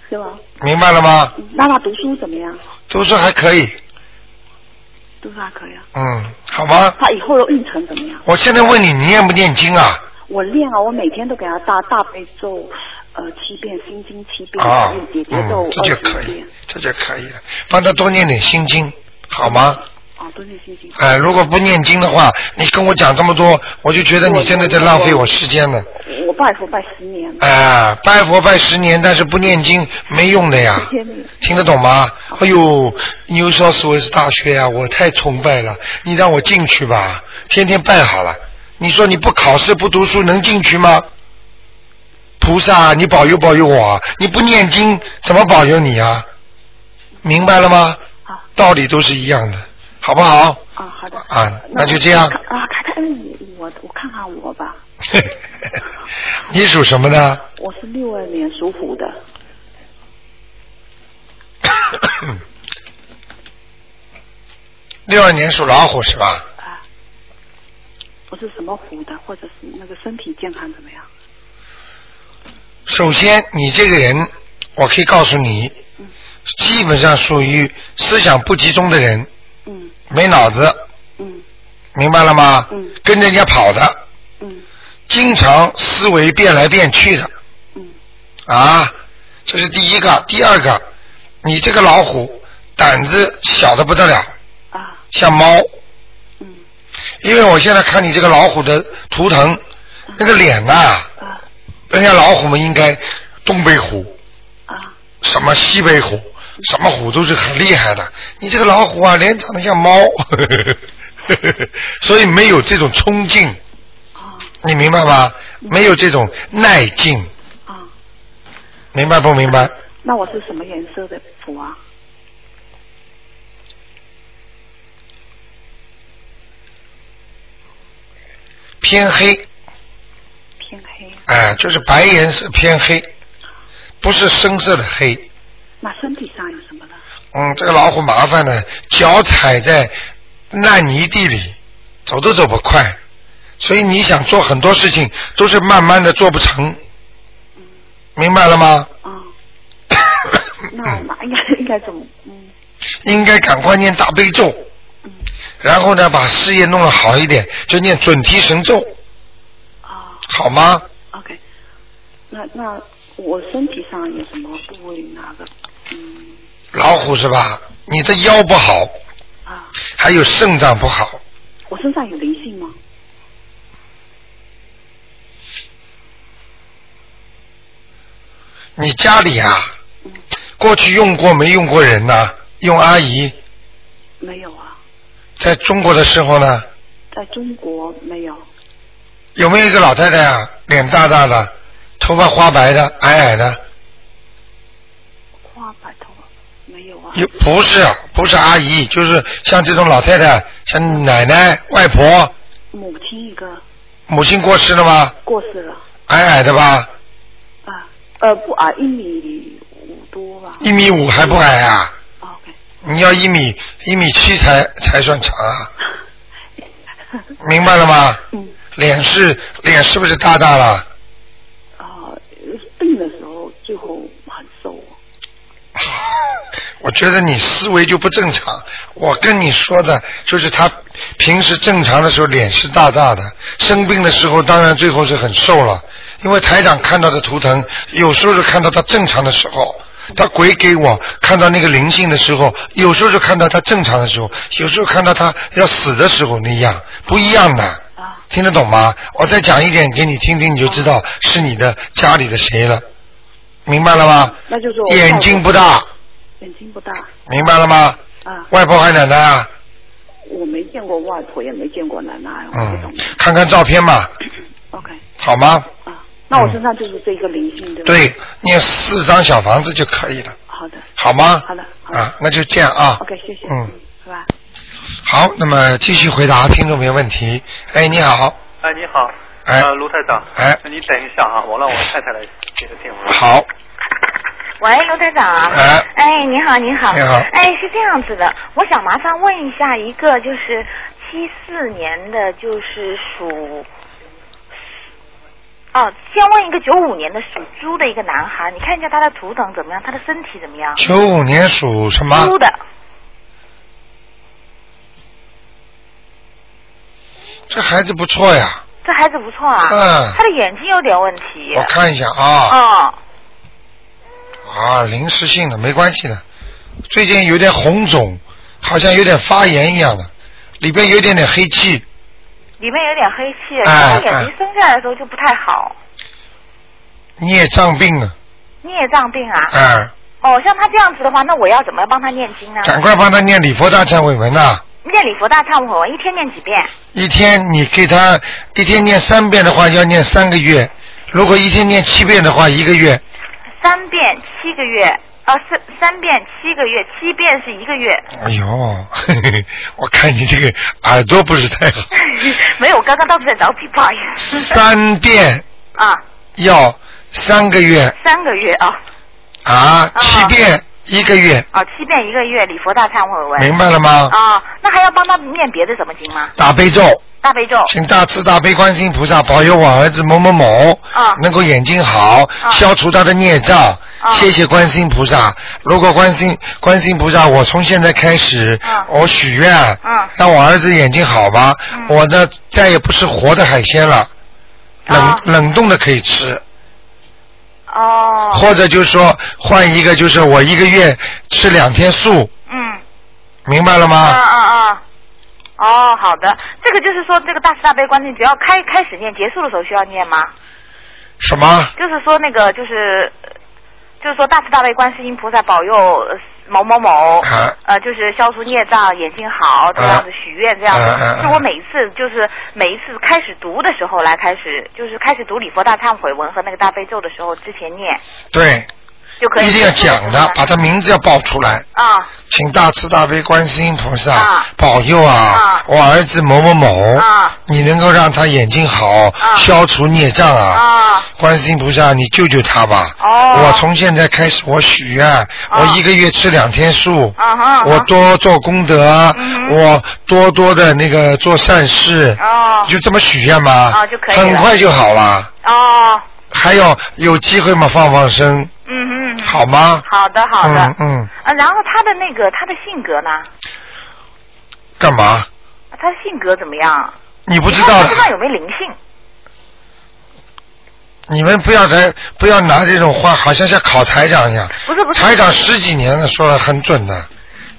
Speaker 7: 是吧？
Speaker 1: 明白了吗？
Speaker 7: 嗯妈妈读书怎么样？
Speaker 1: 都说还可以，
Speaker 7: 读书还可以啊。
Speaker 1: 嗯，好吗？
Speaker 7: 他以后的运程怎么样？
Speaker 1: 我现在问你，你念不念经啊？
Speaker 7: 我练啊，我每天都给他大大悲咒，呃，七遍心经七遍，
Speaker 1: 啊
Speaker 7: 还有，姐姐咒
Speaker 1: 嗯，这就
Speaker 7: 二
Speaker 1: 可
Speaker 7: 十
Speaker 1: 以
Speaker 7: 遍，，
Speaker 1: 这就可以了。帮他多念点心经，好吗？
Speaker 7: 啊，都是心经。
Speaker 1: 哎，如果不念经的话，你跟我讲这么多，我就觉得你现在在浪费我时间了。
Speaker 7: 呃我拜佛拜十年，
Speaker 1: 哎、拜佛拜十年，但是不念经没用的呀。
Speaker 7: 天天
Speaker 1: 听得懂吗？哎呦，牛少斯威斯大学呀、我太崇拜了。你让我进去吧，天天拜好了。你说你不考试不读书能进去吗？菩萨，你保佑保佑我啊！你不念经怎么保佑你啊？明白了吗？
Speaker 7: 好
Speaker 1: 道理都是一样的，好不好？
Speaker 7: 啊，好的
Speaker 1: 啊那就这样
Speaker 7: 我看啊，看看你我我看看我吧，
Speaker 1: [LAUGHS] 你属什么呢？
Speaker 7: 我是六二年属虎的，
Speaker 1: [COUGHS] 六二年属老虎是吧？
Speaker 7: 啊，我是什么虎的，或者是那个身体健康怎么样？
Speaker 1: 首先，你这个人，我可以告诉你，基本上属于思想不集中的人，
Speaker 7: 嗯
Speaker 1: 没脑子，
Speaker 7: 嗯
Speaker 1: 明白了吗？
Speaker 7: 嗯
Speaker 1: 跟着人家跑的，
Speaker 7: 嗯
Speaker 1: 经常思维变来变去的
Speaker 7: 嗯
Speaker 1: 啊，这是第一个。第二个，你这个老虎胆子小的不得了，
Speaker 7: 啊
Speaker 1: 像猫，
Speaker 7: 嗯
Speaker 1: 因为我现在看你这个老虎的图腾，那个脸呐、
Speaker 7: 啊
Speaker 1: 人家老虎们应该东北虎，
Speaker 7: 啊
Speaker 1: 什么西北虎，什么虎都是很厉害的。你这个老虎啊，脸长得像猫， [LAUGHS] 所以没有这种冲劲，
Speaker 7: 啊嗯
Speaker 1: 你明白吗？没有这种耐劲，
Speaker 7: 啊，
Speaker 1: 明白不明白？
Speaker 7: 那我是什么颜色的虎啊？
Speaker 1: 偏黑，
Speaker 7: 偏黑，
Speaker 1: 哎、就是白颜色偏黑，不是深色的黑。
Speaker 7: 那身体上有什么呢？
Speaker 1: 嗯，这个老虎麻烦呢，脚踩在烂泥地里，走都走不快，所以你想做很多事情都是慢慢的做不成，明白了吗？
Speaker 7: 啊，那我哪应该应该怎么？嗯
Speaker 1: 应该赶快念大悲咒，
Speaker 7: 嗯
Speaker 1: 然后呢，把事业弄得好一点，就念准提神咒，
Speaker 7: 啊
Speaker 1: 好吗？
Speaker 7: ，OK，那那我身体上有什么部位哪个？嗯
Speaker 1: 老虎是吧？你的腰不好，
Speaker 7: 啊，
Speaker 1: 还有肾脏不好，
Speaker 7: 我身上有灵性吗？
Speaker 1: 你家里啊
Speaker 7: 嗯，
Speaker 1: 过去用过没用过人呐、用阿姨，
Speaker 7: 没有啊，
Speaker 1: 在中国的时候呢，
Speaker 7: 在中国没有。
Speaker 1: 有没有一个老太太啊，脸大大的，头发花白的，矮矮的？
Speaker 7: 花白头发没有啊？
Speaker 1: 有不是不是阿姨，就是像这种老太太，像奶奶、外婆，
Speaker 7: 母亲一个
Speaker 1: 母亲过世了吗？
Speaker 7: 过世了
Speaker 1: 矮矮的吧？
Speaker 7: 啊，呃不啊，一米五多吧。
Speaker 1: 一米五还不矮啊？
Speaker 7: 啊 OK，
Speaker 1: 你要一米一米七才才算长啊，
Speaker 7: [LAUGHS]
Speaker 1: 明白了吗？
Speaker 7: 嗯，
Speaker 1: 脸是脸是不是大大了？
Speaker 7: 啊，病的时候最后很瘦哦。
Speaker 1: 我觉得你思维就不正常。我跟你说的就是他平时正常的时候脸是大大的，生病的时候当然最后是很瘦了。因为台长看到的图腾，有时候是看到他正常的时候，他鬼给我看到那个灵性的时候，有时候是看到他正常的时候，有时候看到他要死的时候那样，不一样的。
Speaker 7: 啊
Speaker 1: 听得懂吗？我再讲一点给你听听，你就知道是你的家里的谁了，明白了吗？
Speaker 7: 那就是我
Speaker 1: 眼睛不大，
Speaker 7: 眼睛不大
Speaker 1: 明白了吗？
Speaker 7: 啊，
Speaker 1: 外婆还奶奶啊，
Speaker 7: 我没见过外婆，也没见过奶奶，我不
Speaker 1: 嗯
Speaker 7: 懂。，
Speaker 1: 看看照片嘛，
Speaker 7: OK，
Speaker 1: 好吗？
Speaker 7: 啊，那我身上就是这一个灵性，
Speaker 1: 嗯
Speaker 7: 对吧？
Speaker 1: 对，念四张小房子就可以了，
Speaker 7: 好的，
Speaker 1: 好吗？
Speaker 7: 好的，好的。
Speaker 1: 啊，那就这样啊。
Speaker 7: OK，谢谢。
Speaker 1: 嗯，，
Speaker 7: 拜拜。
Speaker 1: 好，那么继续回答听众朋友问题。哎，你好，
Speaker 8: 哎，你好，
Speaker 1: 哎
Speaker 8: 呃，卢台长，
Speaker 1: 哎
Speaker 8: 你等一下啊，我让我太太来接个电话。
Speaker 1: 好，
Speaker 9: 喂，卢队长。
Speaker 1: 哎
Speaker 9: 哎，你好，你好。
Speaker 1: 你好
Speaker 9: 哎，是这样子的，我想麻烦问一下一个，就是七四年的，就是属。哦，先问一个九五年的属猪的一个男孩，你看一下他的图腾怎么样，他的身体怎么样？
Speaker 1: 九五年属什么？
Speaker 9: 猪的，
Speaker 1: 这孩子不错呀，
Speaker 9: 这孩子不错啊，
Speaker 1: 嗯
Speaker 9: 他的眼睛有点问题
Speaker 1: 我。看一下啊
Speaker 9: 哦，
Speaker 1: 啊，临时性的没关系的，最近有点红肿，好像有点发炎一样的，里边有点点黑气，
Speaker 9: 里面有点黑气，
Speaker 1: 哎
Speaker 9: 他的眼
Speaker 1: 哎
Speaker 9: 睛生下来的时候就不太好，
Speaker 1: 孽障病啊，
Speaker 9: 孽障病啊。
Speaker 1: 哎，
Speaker 9: 哦，像他这样子的话，那我要怎么帮他念经呢？
Speaker 1: 赶快帮他念礼佛大忏悔文呐、
Speaker 9: 念礼佛大忏悔文一天念几遍？
Speaker 1: 一天你给他一天念三遍的话，要念三个月；如果一天念七遍的话，一个月。
Speaker 9: 三遍七个月，呃，三三遍七个月，七遍是一个月。 [LAUGHS]
Speaker 1: 哎呦， [LAUGHS] 嘿嘿我看你这个耳朵不是太好。
Speaker 9: 没有，我刚刚到处在找笔，不好意思。
Speaker 1: 三遍
Speaker 9: 啊，
Speaker 1: 要三个月
Speaker 9: 三个月啊，
Speaker 1: 啊，
Speaker 9: 啊
Speaker 1: 七遍一个月，
Speaker 9: 啊，七遍一个月礼佛大忏悔文。
Speaker 1: 明白了吗？
Speaker 9: 啊，那还要帮他念别的什么经吗？
Speaker 1: 大悲咒，
Speaker 9: 大悲咒。
Speaker 1: 请大慈大悲观世音菩萨保佑我儿子某某某
Speaker 9: 啊
Speaker 1: 能够眼睛好，消除他的孽障。
Speaker 9: 啊
Speaker 1: 谢谢观世音菩萨。如果观世音观世音菩萨，我从现在开始，
Speaker 9: 啊
Speaker 1: 我许愿，
Speaker 9: 嗯
Speaker 1: 让我儿子眼睛好吧。
Speaker 9: 嗯
Speaker 1: 我呢再也不吃活的海鲜了，冷、
Speaker 9: 啊
Speaker 1: 冷冻的可以吃，
Speaker 9: 哦，
Speaker 1: 或者就是说换一个，就是我一个月吃两天素，
Speaker 9: 嗯，
Speaker 1: 明白了吗？
Speaker 9: 啊啊啊。哦，好的，这个就是说，这个大慈大悲观世音只要开开始念，结束的时候需要念吗？
Speaker 1: 什么？
Speaker 9: 就是说那个就是呃就是说大慈大悲观世音菩萨保佑呃某某某，
Speaker 1: 啊
Speaker 9: 呃，就是消除孽障，眼睛好，这样子许愿，这样
Speaker 1: 啊啊啊
Speaker 9: 子。就我每一次就是每一次开始读的时候来开始，就是开始读礼佛大忏悔文和那个大悲咒的时候之前念
Speaker 1: 对，
Speaker 9: 就可以。
Speaker 1: 一定要讲的，把他名字要报出来。
Speaker 9: 啊
Speaker 1: 请大慈大悲观世音菩萨、
Speaker 9: 啊
Speaker 1: 保佑啊
Speaker 9: 啊
Speaker 1: 我儿子某某某，
Speaker 9: 啊
Speaker 1: 你能够让他眼睛好，
Speaker 9: 啊
Speaker 1: 消除孽障啊！
Speaker 9: 啊
Speaker 1: 观世音菩萨，你救救他吧！
Speaker 9: 哦
Speaker 1: 我从现在开始，我许愿，我一个月吃两天素，
Speaker 9: 啊哈！
Speaker 1: 我多做功德，
Speaker 9: 嗯
Speaker 1: 我多多的那个做善事，
Speaker 9: 哦
Speaker 1: 就这么许愿吗？
Speaker 9: 哦就可以了
Speaker 1: 很快就好了。
Speaker 9: 哦
Speaker 1: 还有有机会嘛，放放生，
Speaker 9: 嗯嗯嗯
Speaker 1: 好吗？
Speaker 9: 好的好的
Speaker 1: 嗯嗯，
Speaker 9: 啊，然后他的那个他的性格呢？
Speaker 1: 干嘛？
Speaker 9: 他的性格怎么样？
Speaker 1: 你不知
Speaker 9: 你
Speaker 1: 道
Speaker 9: 看
Speaker 1: 的
Speaker 9: 他身上有没有灵性？
Speaker 1: 你们不要来，不要拿这种话，好像像考台长一样。
Speaker 9: 不是不是
Speaker 1: 台长十几年了，说的很准的，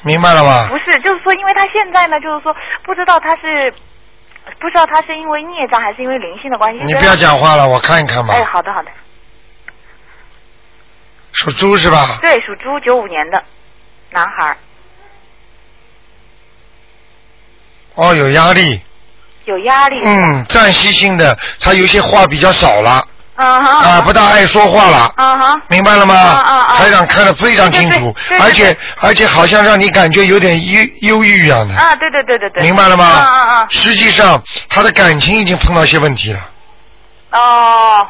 Speaker 1: 明白了吗
Speaker 9: 不？是，就是说，因为他现在呢，就是说，不知道他是不知道他是因为孽障还是因为灵性的关系。
Speaker 1: 你
Speaker 9: 所以
Speaker 1: 不要讲话了，我看一看吧。
Speaker 9: 哎，好的好的，
Speaker 1: 属猪是吧？
Speaker 9: 对，属猪，九五年的男孩儿，
Speaker 1: 哦，有压力。
Speaker 9: 有压力。
Speaker 1: 嗯，暂时性的，他有些话比较少了，
Speaker 9: 啊哈。
Speaker 1: 啊，不大爱说话了。
Speaker 9: 啊哈。
Speaker 1: 明白了吗？
Speaker 9: 啊啊啊
Speaker 1: 台长看得非常清楚，
Speaker 9: 对对对对对
Speaker 1: 而且而且好像让你感觉有点忧忧郁一样的，
Speaker 9: 啊，对对对对对。
Speaker 1: 明白了吗？
Speaker 9: 啊啊
Speaker 1: 实际上他的感情已经碰到一些问题了。
Speaker 9: 啊！哦，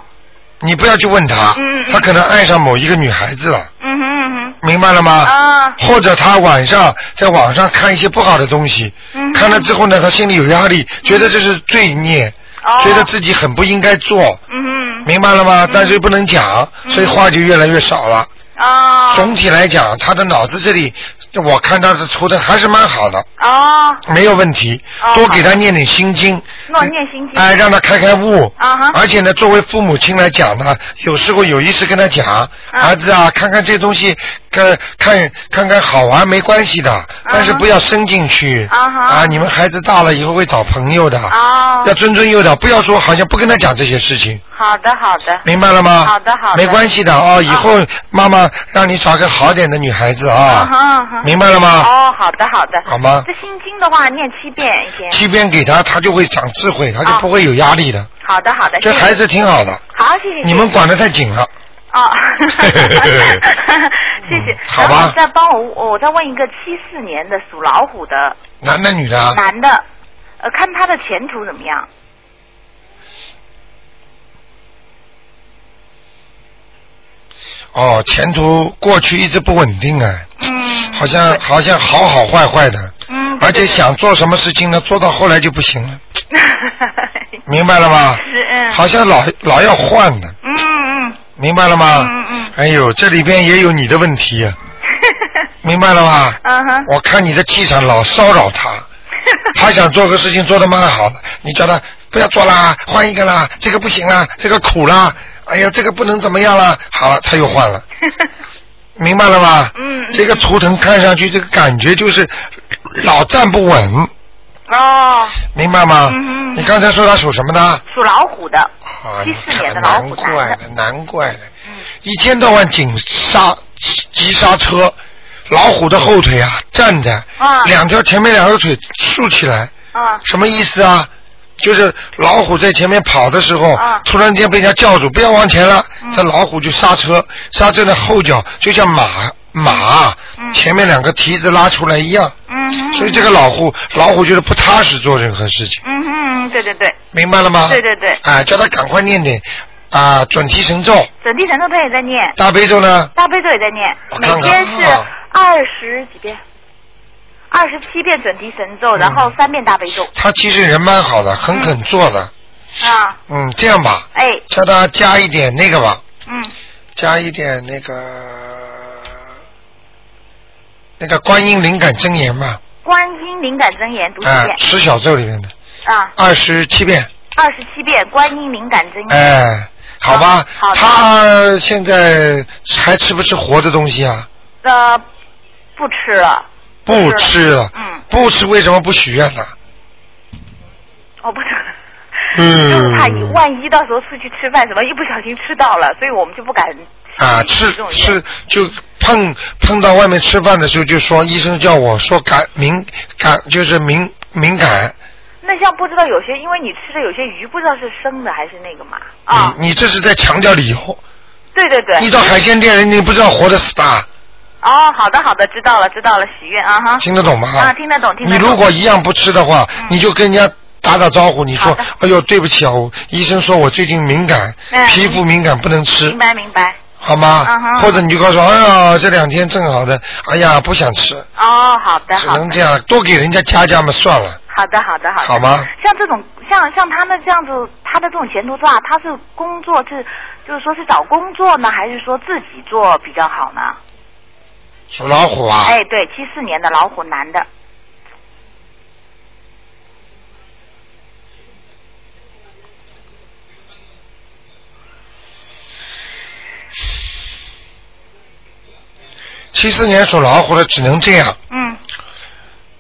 Speaker 1: 你不要去问他，
Speaker 9: 嗯嗯嗯
Speaker 1: 啊他可能爱上某一个女孩子了，
Speaker 9: 嗯哼嗯
Speaker 1: 明白了吗？
Speaker 9: 哼。啊，
Speaker 1: 或者他晚上在网上看一些不好的东西，
Speaker 9: 嗯
Speaker 1: 看了之后呢，他心里有压力，觉得这是罪孽，
Speaker 9: 哦
Speaker 1: 觉得自己很不应该做，
Speaker 9: 嗯哼
Speaker 1: 明白了吗？但是又不能讲，所以话就越来越少了。
Speaker 9: 啊
Speaker 1: 总体来讲，他的脑子这里，我看他的图腾还是蛮好的，
Speaker 9: 啊，
Speaker 1: 没有问题。
Speaker 9: 哦
Speaker 1: 多给他念点心经，
Speaker 9: 那我念心经。
Speaker 1: 哎，让他开开悟。
Speaker 9: 啊哈
Speaker 1: 而且呢，作为父母亲来讲呢，有时候有意识跟他讲，儿子啊，看看这东西，看看看看好玩没关系的，但是不要深进去。
Speaker 9: 啊哈
Speaker 1: 啊，你们孩子大了以后会找朋友的，
Speaker 9: 啊，
Speaker 1: 要谆谆诱导，不要说好像不跟他讲这些事情，
Speaker 9: 好的好的。
Speaker 1: 明白了吗？
Speaker 9: 好的好的
Speaker 1: 没关系的哦，以后妈妈呢，让你找个好点的女孩子
Speaker 9: 啊
Speaker 1: 啊，
Speaker 9: 哈，啊哈
Speaker 1: 明白了吗
Speaker 9: 哦，好的好的。
Speaker 1: 好吗
Speaker 9: 这心经的话，念七遍一天。
Speaker 1: 七遍给她，她就会长智慧，她就不会有压力的。
Speaker 9: 好的好的。
Speaker 1: 这
Speaker 9: 啊谢谢
Speaker 1: 孩子挺好的，
Speaker 9: 好，谢谢。
Speaker 1: 你们管得太紧了。 [LAUGHS]
Speaker 9: 哦， [LAUGHS] 谢谢。
Speaker 1: 嗯好吧
Speaker 9: 然后再帮我，我再问一个七四年的属老虎的
Speaker 1: 男的女的啊？
Speaker 9: 男的，呃，看他的前途怎么样？ [LAUGHS]
Speaker 1: 哦，前途过去一直不稳定哎，
Speaker 9: 嗯
Speaker 1: 好像好像好好坏坏的，
Speaker 9: 嗯，
Speaker 1: 而且想做什么事情呢，做到后来就不行了，明白了吗？
Speaker 9: 是嗯。
Speaker 1: 好像老老要换的，
Speaker 9: 嗯嗯
Speaker 1: 明白了吗？
Speaker 9: 嗯嗯
Speaker 1: 哎呦，这里边也有你的问题
Speaker 9: [LAUGHS]
Speaker 1: 呀、明白了吧？
Speaker 9: 嗯哼。
Speaker 1: 我看你的气场老骚扰
Speaker 9: [LAUGHS]
Speaker 1: 他，他想做个事情做得蛮好的，你叫他不要做啦，换一个啦，这个不行啦，这个苦啦，哎呀，这个不能怎么样啦，好了，他又换
Speaker 9: [LAUGHS]
Speaker 1: 了，明白了吧？
Speaker 9: 嗯。
Speaker 1: 这个图腾看上去这个感觉就是老站不稳，
Speaker 9: 哦，
Speaker 1: 明白吗？
Speaker 9: 嗯
Speaker 1: 啊
Speaker 9: 嗯
Speaker 1: 你刚才说他属什么的？
Speaker 9: 属老虎的，
Speaker 1: 啊，
Speaker 9: 七
Speaker 1: 你
Speaker 9: 四年
Speaker 1: 看
Speaker 9: 的老
Speaker 1: 难
Speaker 9: 虎
Speaker 1: 怪
Speaker 9: 男的。嗯
Speaker 1: 了，难怪了，一天到晚紧刹急刹车，老虎的后腿啊站着，
Speaker 9: 嗯啊
Speaker 1: 两条前面两条腿竖起来，
Speaker 9: 啊
Speaker 1: 什么意思啊？就是老虎在前面跑的时候，
Speaker 9: 啊嗯
Speaker 1: 突然间被人家叫住，不要往前了，这老虎就刹车，刹车的后脚就像马马、前面两个蹄子拉出来一样，
Speaker 9: 嗯哼。
Speaker 1: 所以这个老虎老虎就是不踏实做任何事情。
Speaker 9: 嗯哼，对对对，
Speaker 1: 明白了吗？
Speaker 9: 对对对
Speaker 1: 啊，叫他赶快念点啊、准提神咒、
Speaker 9: 整地神咒他也在念，
Speaker 1: 大悲咒呢，
Speaker 9: 大悲咒也在念，
Speaker 1: 我
Speaker 9: 每
Speaker 1: 看看
Speaker 9: 天是
Speaker 1: 啊
Speaker 9: 二十几遍，二十七遍准提神
Speaker 1: 嗯
Speaker 9: 咒，然后三遍大悲咒
Speaker 1: 他其实人蛮好的，很肯做的。
Speaker 9: 啊，
Speaker 1: 嗯这样吧，
Speaker 9: 哎，
Speaker 1: 叫他加一点那个吧，
Speaker 9: 嗯，
Speaker 1: 加一点那个那个观音灵感真言嘛，
Speaker 9: 观音灵感真言读几
Speaker 1: 啊、
Speaker 9: 遍
Speaker 1: 十小咒里面的
Speaker 9: 啊，
Speaker 1: 二十七遍，
Speaker 9: 二十七遍观音灵感真言，
Speaker 1: 哎。好吧，
Speaker 9: 嗯好好的
Speaker 1: 他现在还吃不吃活的东西啊？
Speaker 9: 呃，不吃了，
Speaker 1: 不吃了，
Speaker 9: 嗯，
Speaker 1: 不吃为什么不许愿呢？
Speaker 9: 我哦不吃。
Speaker 1: 嗯
Speaker 9: 就是怕一万一到时候出去吃饭什么，一不小心吃到了，所以我们就不敢
Speaker 1: 啊，吃
Speaker 9: 这种人
Speaker 1: 吃就碰碰到外面吃饭的时候，就说医生叫我说感敏感就是敏敏感，
Speaker 9: 那像不知道有些，因为你吃的有些鱼不知道是生的还是那个嘛
Speaker 1: 你
Speaker 9: 啊，
Speaker 1: 你这是在强调理由。
Speaker 9: 对对对，
Speaker 1: 你到海鲜店，人家不知道活的死的，
Speaker 9: 哦，好的好的，知道了知道了，许愿啊哈。
Speaker 1: 听得懂吗？
Speaker 9: 啊，听得懂听
Speaker 1: 你
Speaker 9: 得懂。嗯
Speaker 1: 如果一样不吃的话，你就跟人家打打招呼，你说
Speaker 9: 好的
Speaker 1: 哎呦对不起啊，我医生说我最近敏感，
Speaker 9: 嗯
Speaker 1: 皮肤敏感不能吃
Speaker 9: 明，白明白。
Speaker 1: 好吗
Speaker 9: 嗯哼？
Speaker 1: 或者你就告诉我，哎呀这两天正好的，哎呀不想吃，
Speaker 9: 哦，好的
Speaker 1: 只
Speaker 9: 好
Speaker 1: 能
Speaker 9: 的，
Speaker 1: 这样，多给人家加加嘛算了，
Speaker 9: 好的好的好的。
Speaker 1: 好吗？
Speaker 9: 像这种像像他们这样子，他的这种前途的话，他是工作是就是说是找工作呢，还是说自己做比较好呢？
Speaker 1: 属老虎啊。
Speaker 9: 哎，对，七四年的老虎男的，
Speaker 1: 七四年属老虎的只能这样，
Speaker 9: 嗯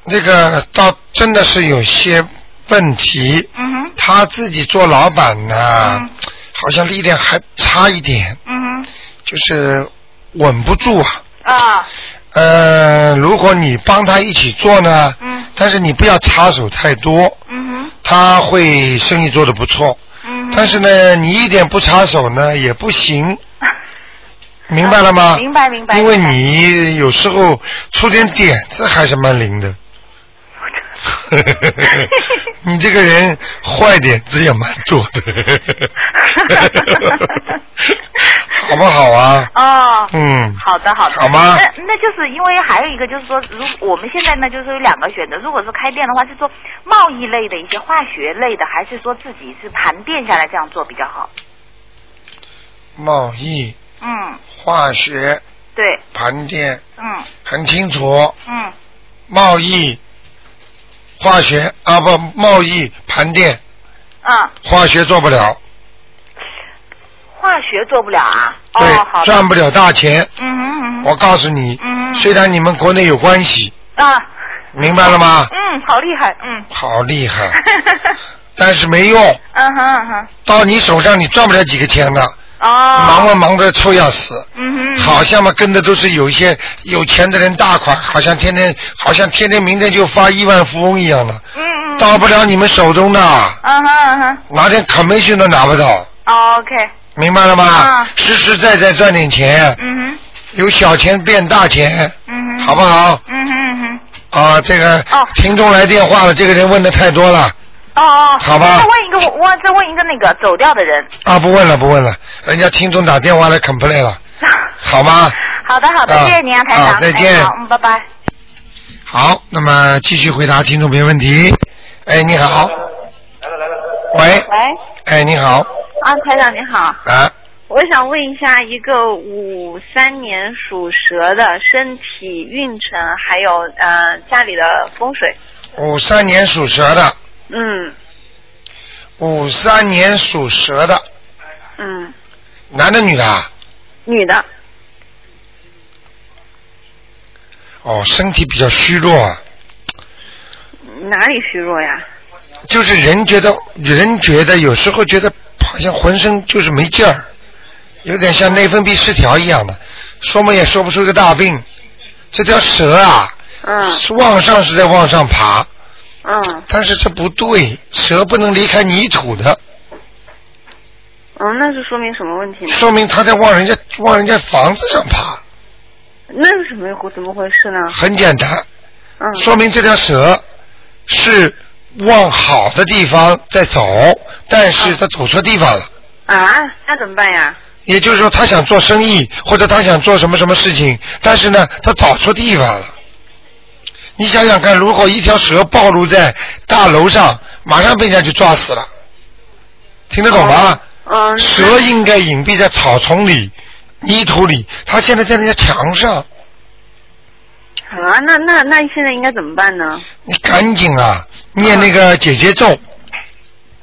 Speaker 1: 那个倒真的是有些问题，
Speaker 9: 嗯哼
Speaker 1: 他自己做老板呢，
Speaker 9: 嗯
Speaker 1: 好像力量还差一点，
Speaker 9: 嗯
Speaker 1: 就是稳不住啊。
Speaker 9: 哼啊
Speaker 1: 呃，如果你帮他一起做呢，
Speaker 9: 嗯
Speaker 1: 但是你不要插手太多，
Speaker 9: 嗯哼
Speaker 1: 他会生意做得不错。
Speaker 9: 嗯哼。
Speaker 1: 但是呢，你一点不插手呢也不
Speaker 9: [LAUGHS]
Speaker 1: 行，明白了吗？
Speaker 9: 啊明白明白
Speaker 1: 因为你有时候出点点子还是蛮灵
Speaker 9: [LAUGHS]
Speaker 1: 的。你这个人坏点子也蛮多
Speaker 9: [LAUGHS]
Speaker 1: 的，好不好啊？
Speaker 9: 哦，
Speaker 1: 嗯，
Speaker 9: 好的，好的，
Speaker 1: 好吗
Speaker 9: 那那就是因为还有一个就是说，如我们现在呢，就是说有两个选择，如果说开店的话，是做贸易类的一些化学类的，还是说自己是盘店下来这样做比较好？
Speaker 1: 贸易、
Speaker 9: 嗯，
Speaker 1: 化学、
Speaker 9: 对，
Speaker 1: 盘点
Speaker 9: 嗯
Speaker 1: 很清楚，
Speaker 9: 嗯，
Speaker 1: 贸易、化学啊不，贸易盘点，
Speaker 9: 嗯，
Speaker 1: 化学做不了，
Speaker 9: 化学做不了啊？哦，好
Speaker 1: 对，
Speaker 9: 的，
Speaker 1: 赚不了大钱。
Speaker 9: 嗯哼嗯哼
Speaker 1: 我告诉你，
Speaker 9: 嗯
Speaker 1: 虽然你们国内有关系，
Speaker 9: 啊，
Speaker 1: 明白了吗？
Speaker 9: 嗯，好厉害，
Speaker 1: [LAUGHS]
Speaker 9: 嗯，
Speaker 1: 好厉
Speaker 9: [LAUGHS]
Speaker 1: 害，但是没用，
Speaker 9: 嗯哼嗯哼，
Speaker 1: 到你手上你赚不了几个钱的。
Speaker 9: 哦，
Speaker 1: 忙嘛忙着臭要死，
Speaker 9: 嗯哼，
Speaker 1: 好像嘛跟的都是有一些有钱的人大款，好像天天好像天天明天就发亿万富翁一样的，
Speaker 9: 嗯嗯，
Speaker 1: 到不了你们手中的，
Speaker 9: 嗯哼嗯哼哦
Speaker 1: 拿点 commission 都拿不到，
Speaker 9: ，OK，
Speaker 1: 明白了吗
Speaker 9: 啊？
Speaker 1: 实实在在赚点钱，
Speaker 9: 嗯哼，
Speaker 1: 由小钱变大钱，
Speaker 9: 嗯哼，
Speaker 1: 好不好？
Speaker 9: 嗯哼嗯哼。
Speaker 1: 啊，这个
Speaker 9: 哦
Speaker 1: 听众来电话了，这个人问的太多了，
Speaker 9: 哦哦，
Speaker 1: 好吧
Speaker 9: 再问一个，我我再问一个那个走掉的人。
Speaker 1: 啊，不问了不问了，人家听众打电话来 complain 了，好吗？
Speaker 9: 好的好的，
Speaker 1: 啊
Speaker 9: 谢谢您啊，台长。
Speaker 1: 啊再见
Speaker 9: 哎好，嗯，拜拜。
Speaker 1: 好，那么继续回答听众朋友问题。哎，你好。喂，
Speaker 10: 喂，
Speaker 1: 哎，你好，
Speaker 10: 啊，台长你好，
Speaker 1: 啊，
Speaker 10: 我想问一下，一个五三年属蛇的身体运程，还有呃家里的风水。
Speaker 1: 五三年属蛇的，
Speaker 10: 嗯
Speaker 1: 五三年属蛇的，
Speaker 10: 嗯，
Speaker 1: 男的女的啊？
Speaker 10: 女的，
Speaker 1: 哦，身体比较虚弱啊，
Speaker 10: 哪里虚弱呀？
Speaker 1: 就是人觉得人觉得有时候觉得好像浑身就是没劲儿，有点像内分泌失调一样的，说嘛也说不出个大病。这条蛇啊，
Speaker 10: 嗯
Speaker 1: 是往上是在往上爬，
Speaker 10: 嗯
Speaker 1: 但是这不对，蛇不能离开泥土的，
Speaker 10: 嗯，那是说明什么问题呢？
Speaker 1: 说明它在往人家往人家房子上爬。
Speaker 10: 那是什么回怎么回事呢？
Speaker 1: 很简单，
Speaker 10: 嗯
Speaker 1: 说明这条蛇是往好的地方在走，但
Speaker 10: 嗯
Speaker 1: 是它走错地方了。
Speaker 10: 啊，那怎么办呀？
Speaker 1: 也就是说，他想做生意，或者他想做什么什么事情，但是呢，他找错地方了。你想想看，如果一条蛇暴露在大楼上，马上被人家就抓死了，听得懂吗？
Speaker 10: 嗯，
Speaker 1: 蛇应该隐蔽在草丛里、泥土里，它现在在那个墙上，
Speaker 10: 啊，那那那现在应该怎么办呢？
Speaker 1: 你赶紧啊，念
Speaker 10: 嗯
Speaker 1: 那个解结咒，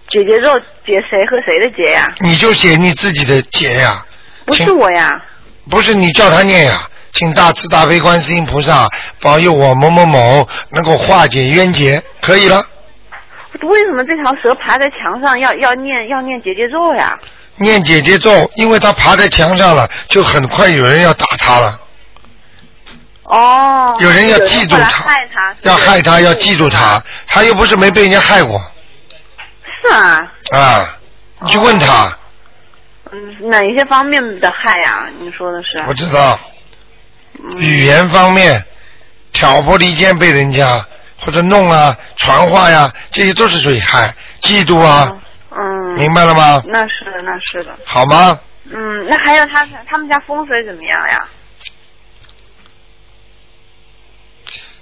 Speaker 10: 解结咒解谁和谁的结呀？
Speaker 1: 你就写你自己的结呀、
Speaker 10: 不是
Speaker 1: 请
Speaker 10: 我呀。
Speaker 1: 不是你叫他念呀，请大慈大悲观世音菩萨保佑我某某某能够化解冤结，可以了。
Speaker 10: 为什么这条蛇爬在墙上要要念要念结节咒呀？
Speaker 1: 念姐姐咒，因为他爬在墙上了，就很快有人要打他了，
Speaker 10: 哦，
Speaker 1: 有人要记住
Speaker 10: 有人会来
Speaker 1: 他
Speaker 10: 害他，
Speaker 1: 要害他，要记住他，他又不是没被人家害过
Speaker 10: 是啊，
Speaker 1: 啊。你去问他，
Speaker 10: 嗯，哪一些方面的害呀？你说的是？
Speaker 1: 我知道
Speaker 10: 嗯
Speaker 1: 语言方面挑拨离间被人家或者弄啊、传话呀、这些都是属于害，嫉妒啊，
Speaker 10: 嗯，
Speaker 1: 明白了吗？
Speaker 10: 那是的，那是的，
Speaker 1: 好吗？
Speaker 10: 嗯，那还有他他们家风水怎么样呀？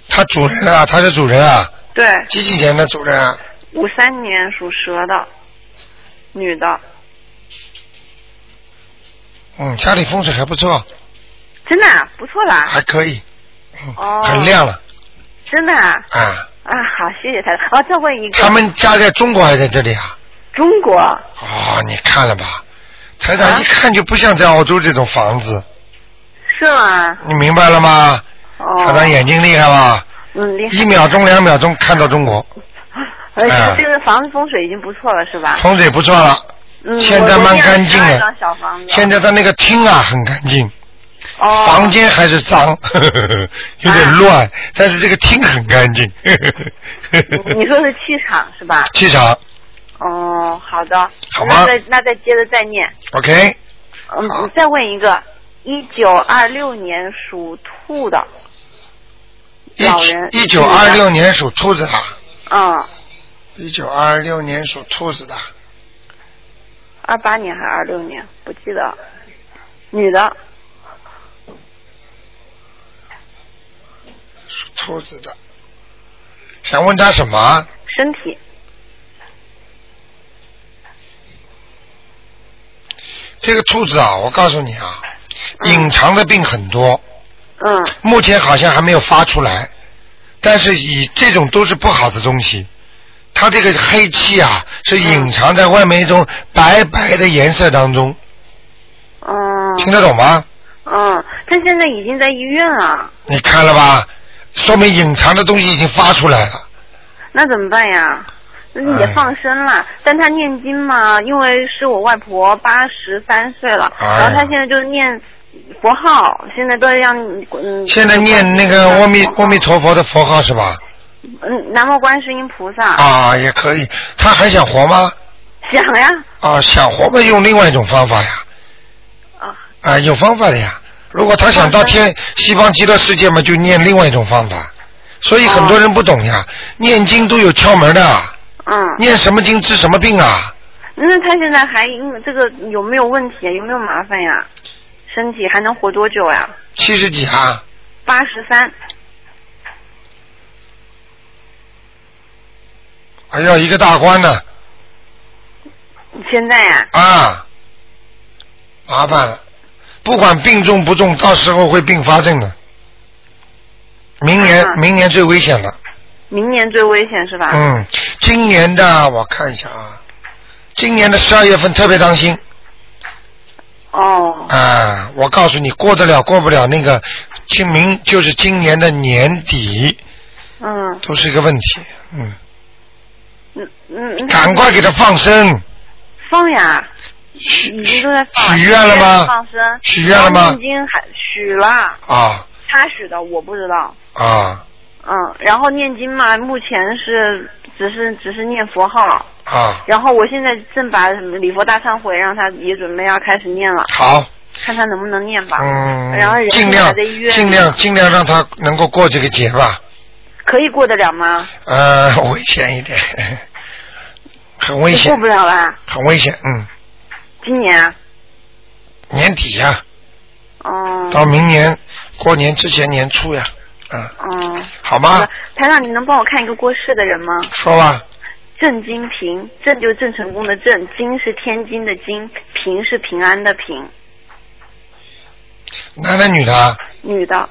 Speaker 1: 他主人啊，他是主人啊，
Speaker 10: 嗯对，
Speaker 1: 几几年的主人啊？
Speaker 10: 五三年属蛇的，女的，
Speaker 1: 嗯，家里风水还不错，
Speaker 10: 真的、啊、不错啦，
Speaker 1: 还可以，
Speaker 10: 哦，
Speaker 1: 很，亮了
Speaker 10: 真的啊
Speaker 1: 啊。
Speaker 10: 啊，好，谢谢台长。哦，再问一个，
Speaker 1: 他们家在中国还在这里啊？
Speaker 10: 中国
Speaker 1: 哦，你看了吧？台
Speaker 10: 啊
Speaker 1: 长一看就不像在澳洲这种房子，
Speaker 10: 是吗？
Speaker 1: 你明白了吗？
Speaker 10: 哦，
Speaker 1: 台嗯长眼睛厉害吧？
Speaker 10: 嗯，厉害
Speaker 1: 一秒钟、两秒钟看到中国，
Speaker 10: 而
Speaker 1: 哎
Speaker 10: 且这个房子风水已经不错了，是吧？
Speaker 1: 风水不错了。
Speaker 10: 啊嗯，
Speaker 1: 现在蛮干净
Speaker 10: 我
Speaker 1: 的
Speaker 10: 这样12张小房子，
Speaker 1: 现在他那个厅啊很干净，
Speaker 10: 哦啊
Speaker 1: 房间还是脏， [LAUGHS] 呵呵呵有点乱，但是这个厅很干净。呵呵呵呵
Speaker 10: 你说是气场是吧？
Speaker 1: [LAUGHS] 气场
Speaker 10: 哦，好的。
Speaker 1: 好吗
Speaker 10: 那再那再接着再念，
Speaker 1: OK。
Speaker 10: 嗯
Speaker 1: 好，
Speaker 10: 再问一个，一九二六年属兔的老人，
Speaker 1: 一九二六，年属兔子的，
Speaker 10: 嗯，
Speaker 1: 一九二六年属兔子的，
Speaker 10: 二八年还是二六年，不记得了，女的，
Speaker 1: 属兔子的，想问他什么？
Speaker 10: 身体，
Speaker 1: 这个兔子啊，我告诉你啊，隐藏的病很多，
Speaker 10: 嗯，
Speaker 1: 目前好像还没有发出来，但是以这种都是不好的东西。它这个黑气啊，是隐藏在外面一种白白的颜色当中，
Speaker 10: 嗯，
Speaker 1: 听得懂吗？
Speaker 10: 嗯，他现在已经在医院了，
Speaker 1: 你看了吧？说明隐藏的东西已经发出来了。
Speaker 10: 那怎么办呀？
Speaker 1: 哎
Speaker 10: 嗯也放生了，但他念经嘛，因为是我外婆八十三岁了，
Speaker 1: 哎
Speaker 10: 然后他现在就念佛号，现在都要嗯。
Speaker 1: 现在念那个阿弥阿弥陀佛的佛号是吧？
Speaker 10: 嗯，南无观世音菩萨。
Speaker 1: 啊，也可以。他还想活吗？
Speaker 10: 想呀，
Speaker 1: 啊，想活嘛，用另外一种方法呀。啊。有方法的呀。如果他想到天西方极乐世界嘛，就念另外一种方法。所以很多人不懂呀，念经都有窍门的，
Speaker 10: 嗯，
Speaker 1: 念什么经治什么病啊？
Speaker 10: 那他现在还因为这个有没有问题？有没有麻烦呀？身体还能活多久呀？
Speaker 1: 七十几啊？
Speaker 10: 八十三，
Speaker 1: 哎呀，一个大关呢
Speaker 10: 现在呀、
Speaker 1: 啊，麻烦了。不管病重不重，到时候会并发症的。明年，
Speaker 10: 啊
Speaker 1: 明年最危险了。
Speaker 10: 明年最危险是吧？
Speaker 1: 嗯，今年的我看一下啊，今年的十二月份特别当心
Speaker 10: 哦，
Speaker 1: 啊！我告诉你，过得了过不了那个，清明就是今年的年底
Speaker 10: 嗯
Speaker 1: 都是一个问题。嗯，
Speaker 10: 嗯嗯，
Speaker 1: 赶快给他放生，
Speaker 10: 放呀！已经都在放
Speaker 1: 许愿了吗
Speaker 10: 放生，
Speaker 1: 许愿了吗
Speaker 10: 然后念经还许了，
Speaker 1: 啊
Speaker 10: 他许的我不知道。
Speaker 1: 啊
Speaker 10: 嗯，然后念经嘛，目前是只是只是念佛号，
Speaker 1: 啊！
Speaker 10: 然后我现在正把什么礼佛大忏悔，让他也准备要开始念了，
Speaker 1: 好，
Speaker 10: 看他能不能念吧。
Speaker 1: 嗯
Speaker 10: 然后人，
Speaker 1: 尽
Speaker 10: 现在
Speaker 1: 量
Speaker 10: 还在医院里
Speaker 1: 尽量尽量让他能够过这个节吧，
Speaker 10: 可以过得了吗？
Speaker 1: 呃， [LAUGHS] 危险一点，很危
Speaker 10: 过
Speaker 1: 险
Speaker 10: 不，了啦，
Speaker 1: 很危险，嗯，
Speaker 10: 今年啊。
Speaker 1: 年底呀、
Speaker 10: 哦、
Speaker 1: 到明年过年之前年初呀，啊，
Speaker 10: 嗯，
Speaker 1: 好吗？
Speaker 10: 的台长，你能帮我看一个过世的人吗？
Speaker 1: 说吧，
Speaker 10: 郑金平，郑就是郑成功的郑，金是天津的金，平是平安的平，
Speaker 1: 男的女的啊？
Speaker 10: 女的，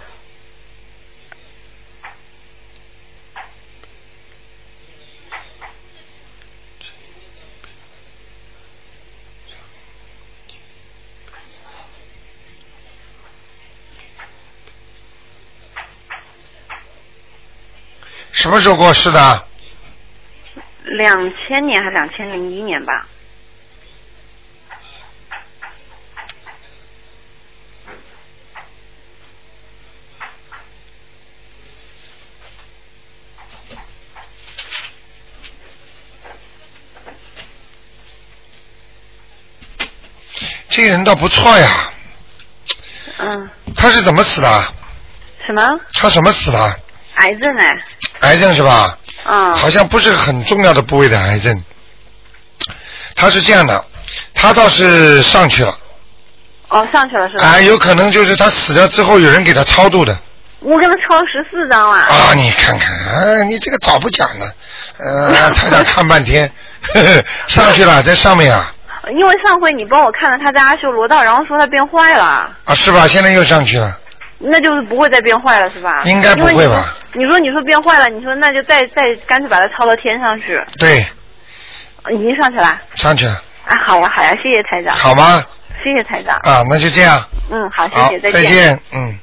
Speaker 1: 什么时候过世的啊？
Speaker 10: 两千年还两千零一年吧？
Speaker 1: 这个人倒不错呀，
Speaker 10: 嗯，
Speaker 1: 他是怎么死的啊？
Speaker 10: 什么
Speaker 1: 他什么死的啊？
Speaker 10: 癌症哎？
Speaker 1: 癌症是吧？
Speaker 10: 嗯，
Speaker 1: 好像不是很重要的部位的癌症。他是这样的，他倒是上去了，
Speaker 10: 哦，上去了是吧？
Speaker 1: 啊，有可能就是他死了之后有人给他超度的
Speaker 10: 我给他抄十四张了。
Speaker 1: 啊，你看看，啊，你这个早不讲了，呃，台长看半天，呵呵上去了，在上面啊，
Speaker 10: 因为上回你帮我看了他在阿修罗道，然后说他变坏了，
Speaker 1: 啊是吧？现在又上去了，
Speaker 10: 那就是不会再变坏了是吧？
Speaker 1: 应该不
Speaker 10: 因为
Speaker 1: 会
Speaker 10: 你
Speaker 1: 吧？
Speaker 10: 你说你说变坏了，你说那就再再干脆把它抄到天上去，
Speaker 1: 对，
Speaker 10: 已经上去了
Speaker 1: 上去了，
Speaker 10: 啊！好呀好呀，谢谢台长，
Speaker 1: 好吗？
Speaker 10: 谢谢台长，
Speaker 1: 啊，那就这样。
Speaker 10: 嗯好，谢
Speaker 1: 好，
Speaker 10: 谢，
Speaker 1: 再见，嗯。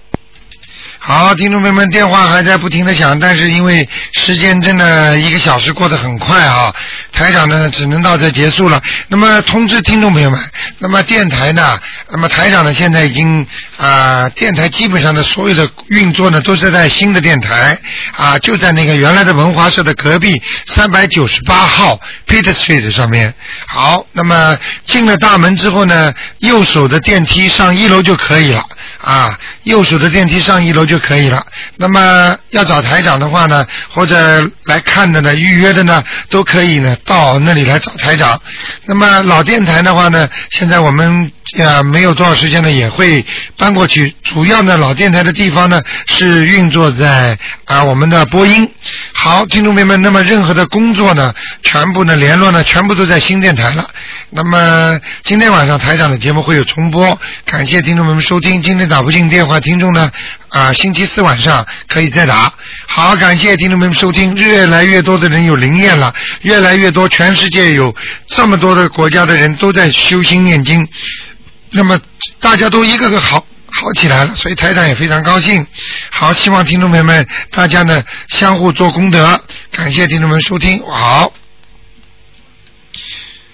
Speaker 1: 好，听众朋友们，电话还在不停的响，但是因为时间真的一个小时过得很快啊，台长呢只能到这结束了。那么通知听众朋友们，那么电台呢，那么台长呢现在已经啊、电台基本上的所有的运作呢都是在新的电台啊、就在那个原来的文华社的隔壁三百九十八号 Peter Street 上面。好，那么进了大门之后呢，右手的电梯上一楼就可以了啊，右手的电梯上一楼就可以了。那么要找台长的话呢，或者来看的呢、预约的呢，都可以呢到那里来找台长。那么老电台的话呢，现在我们呃没有多少时间呢，也会搬过去。主要呢，老电台的地方呢是运作在啊、我们的播音。好，听众朋友们，那么任何的工作呢，全部呢联络呢，全部都在新电台了。那么今天晚上台长的节目会有重播，感谢听众朋友们收听。今天打不进电话，听众呢啊、星期四晚上可以再打。好，感谢听众朋友们收听。越来越多的人有灵验了，越来越多，全世界有这么多的国家的人都在修心念经。那么大家都一个个好好起来了，所以台长也非常高兴。好，希望听众朋友们大家呢相互做功德，感谢听众们收听，好。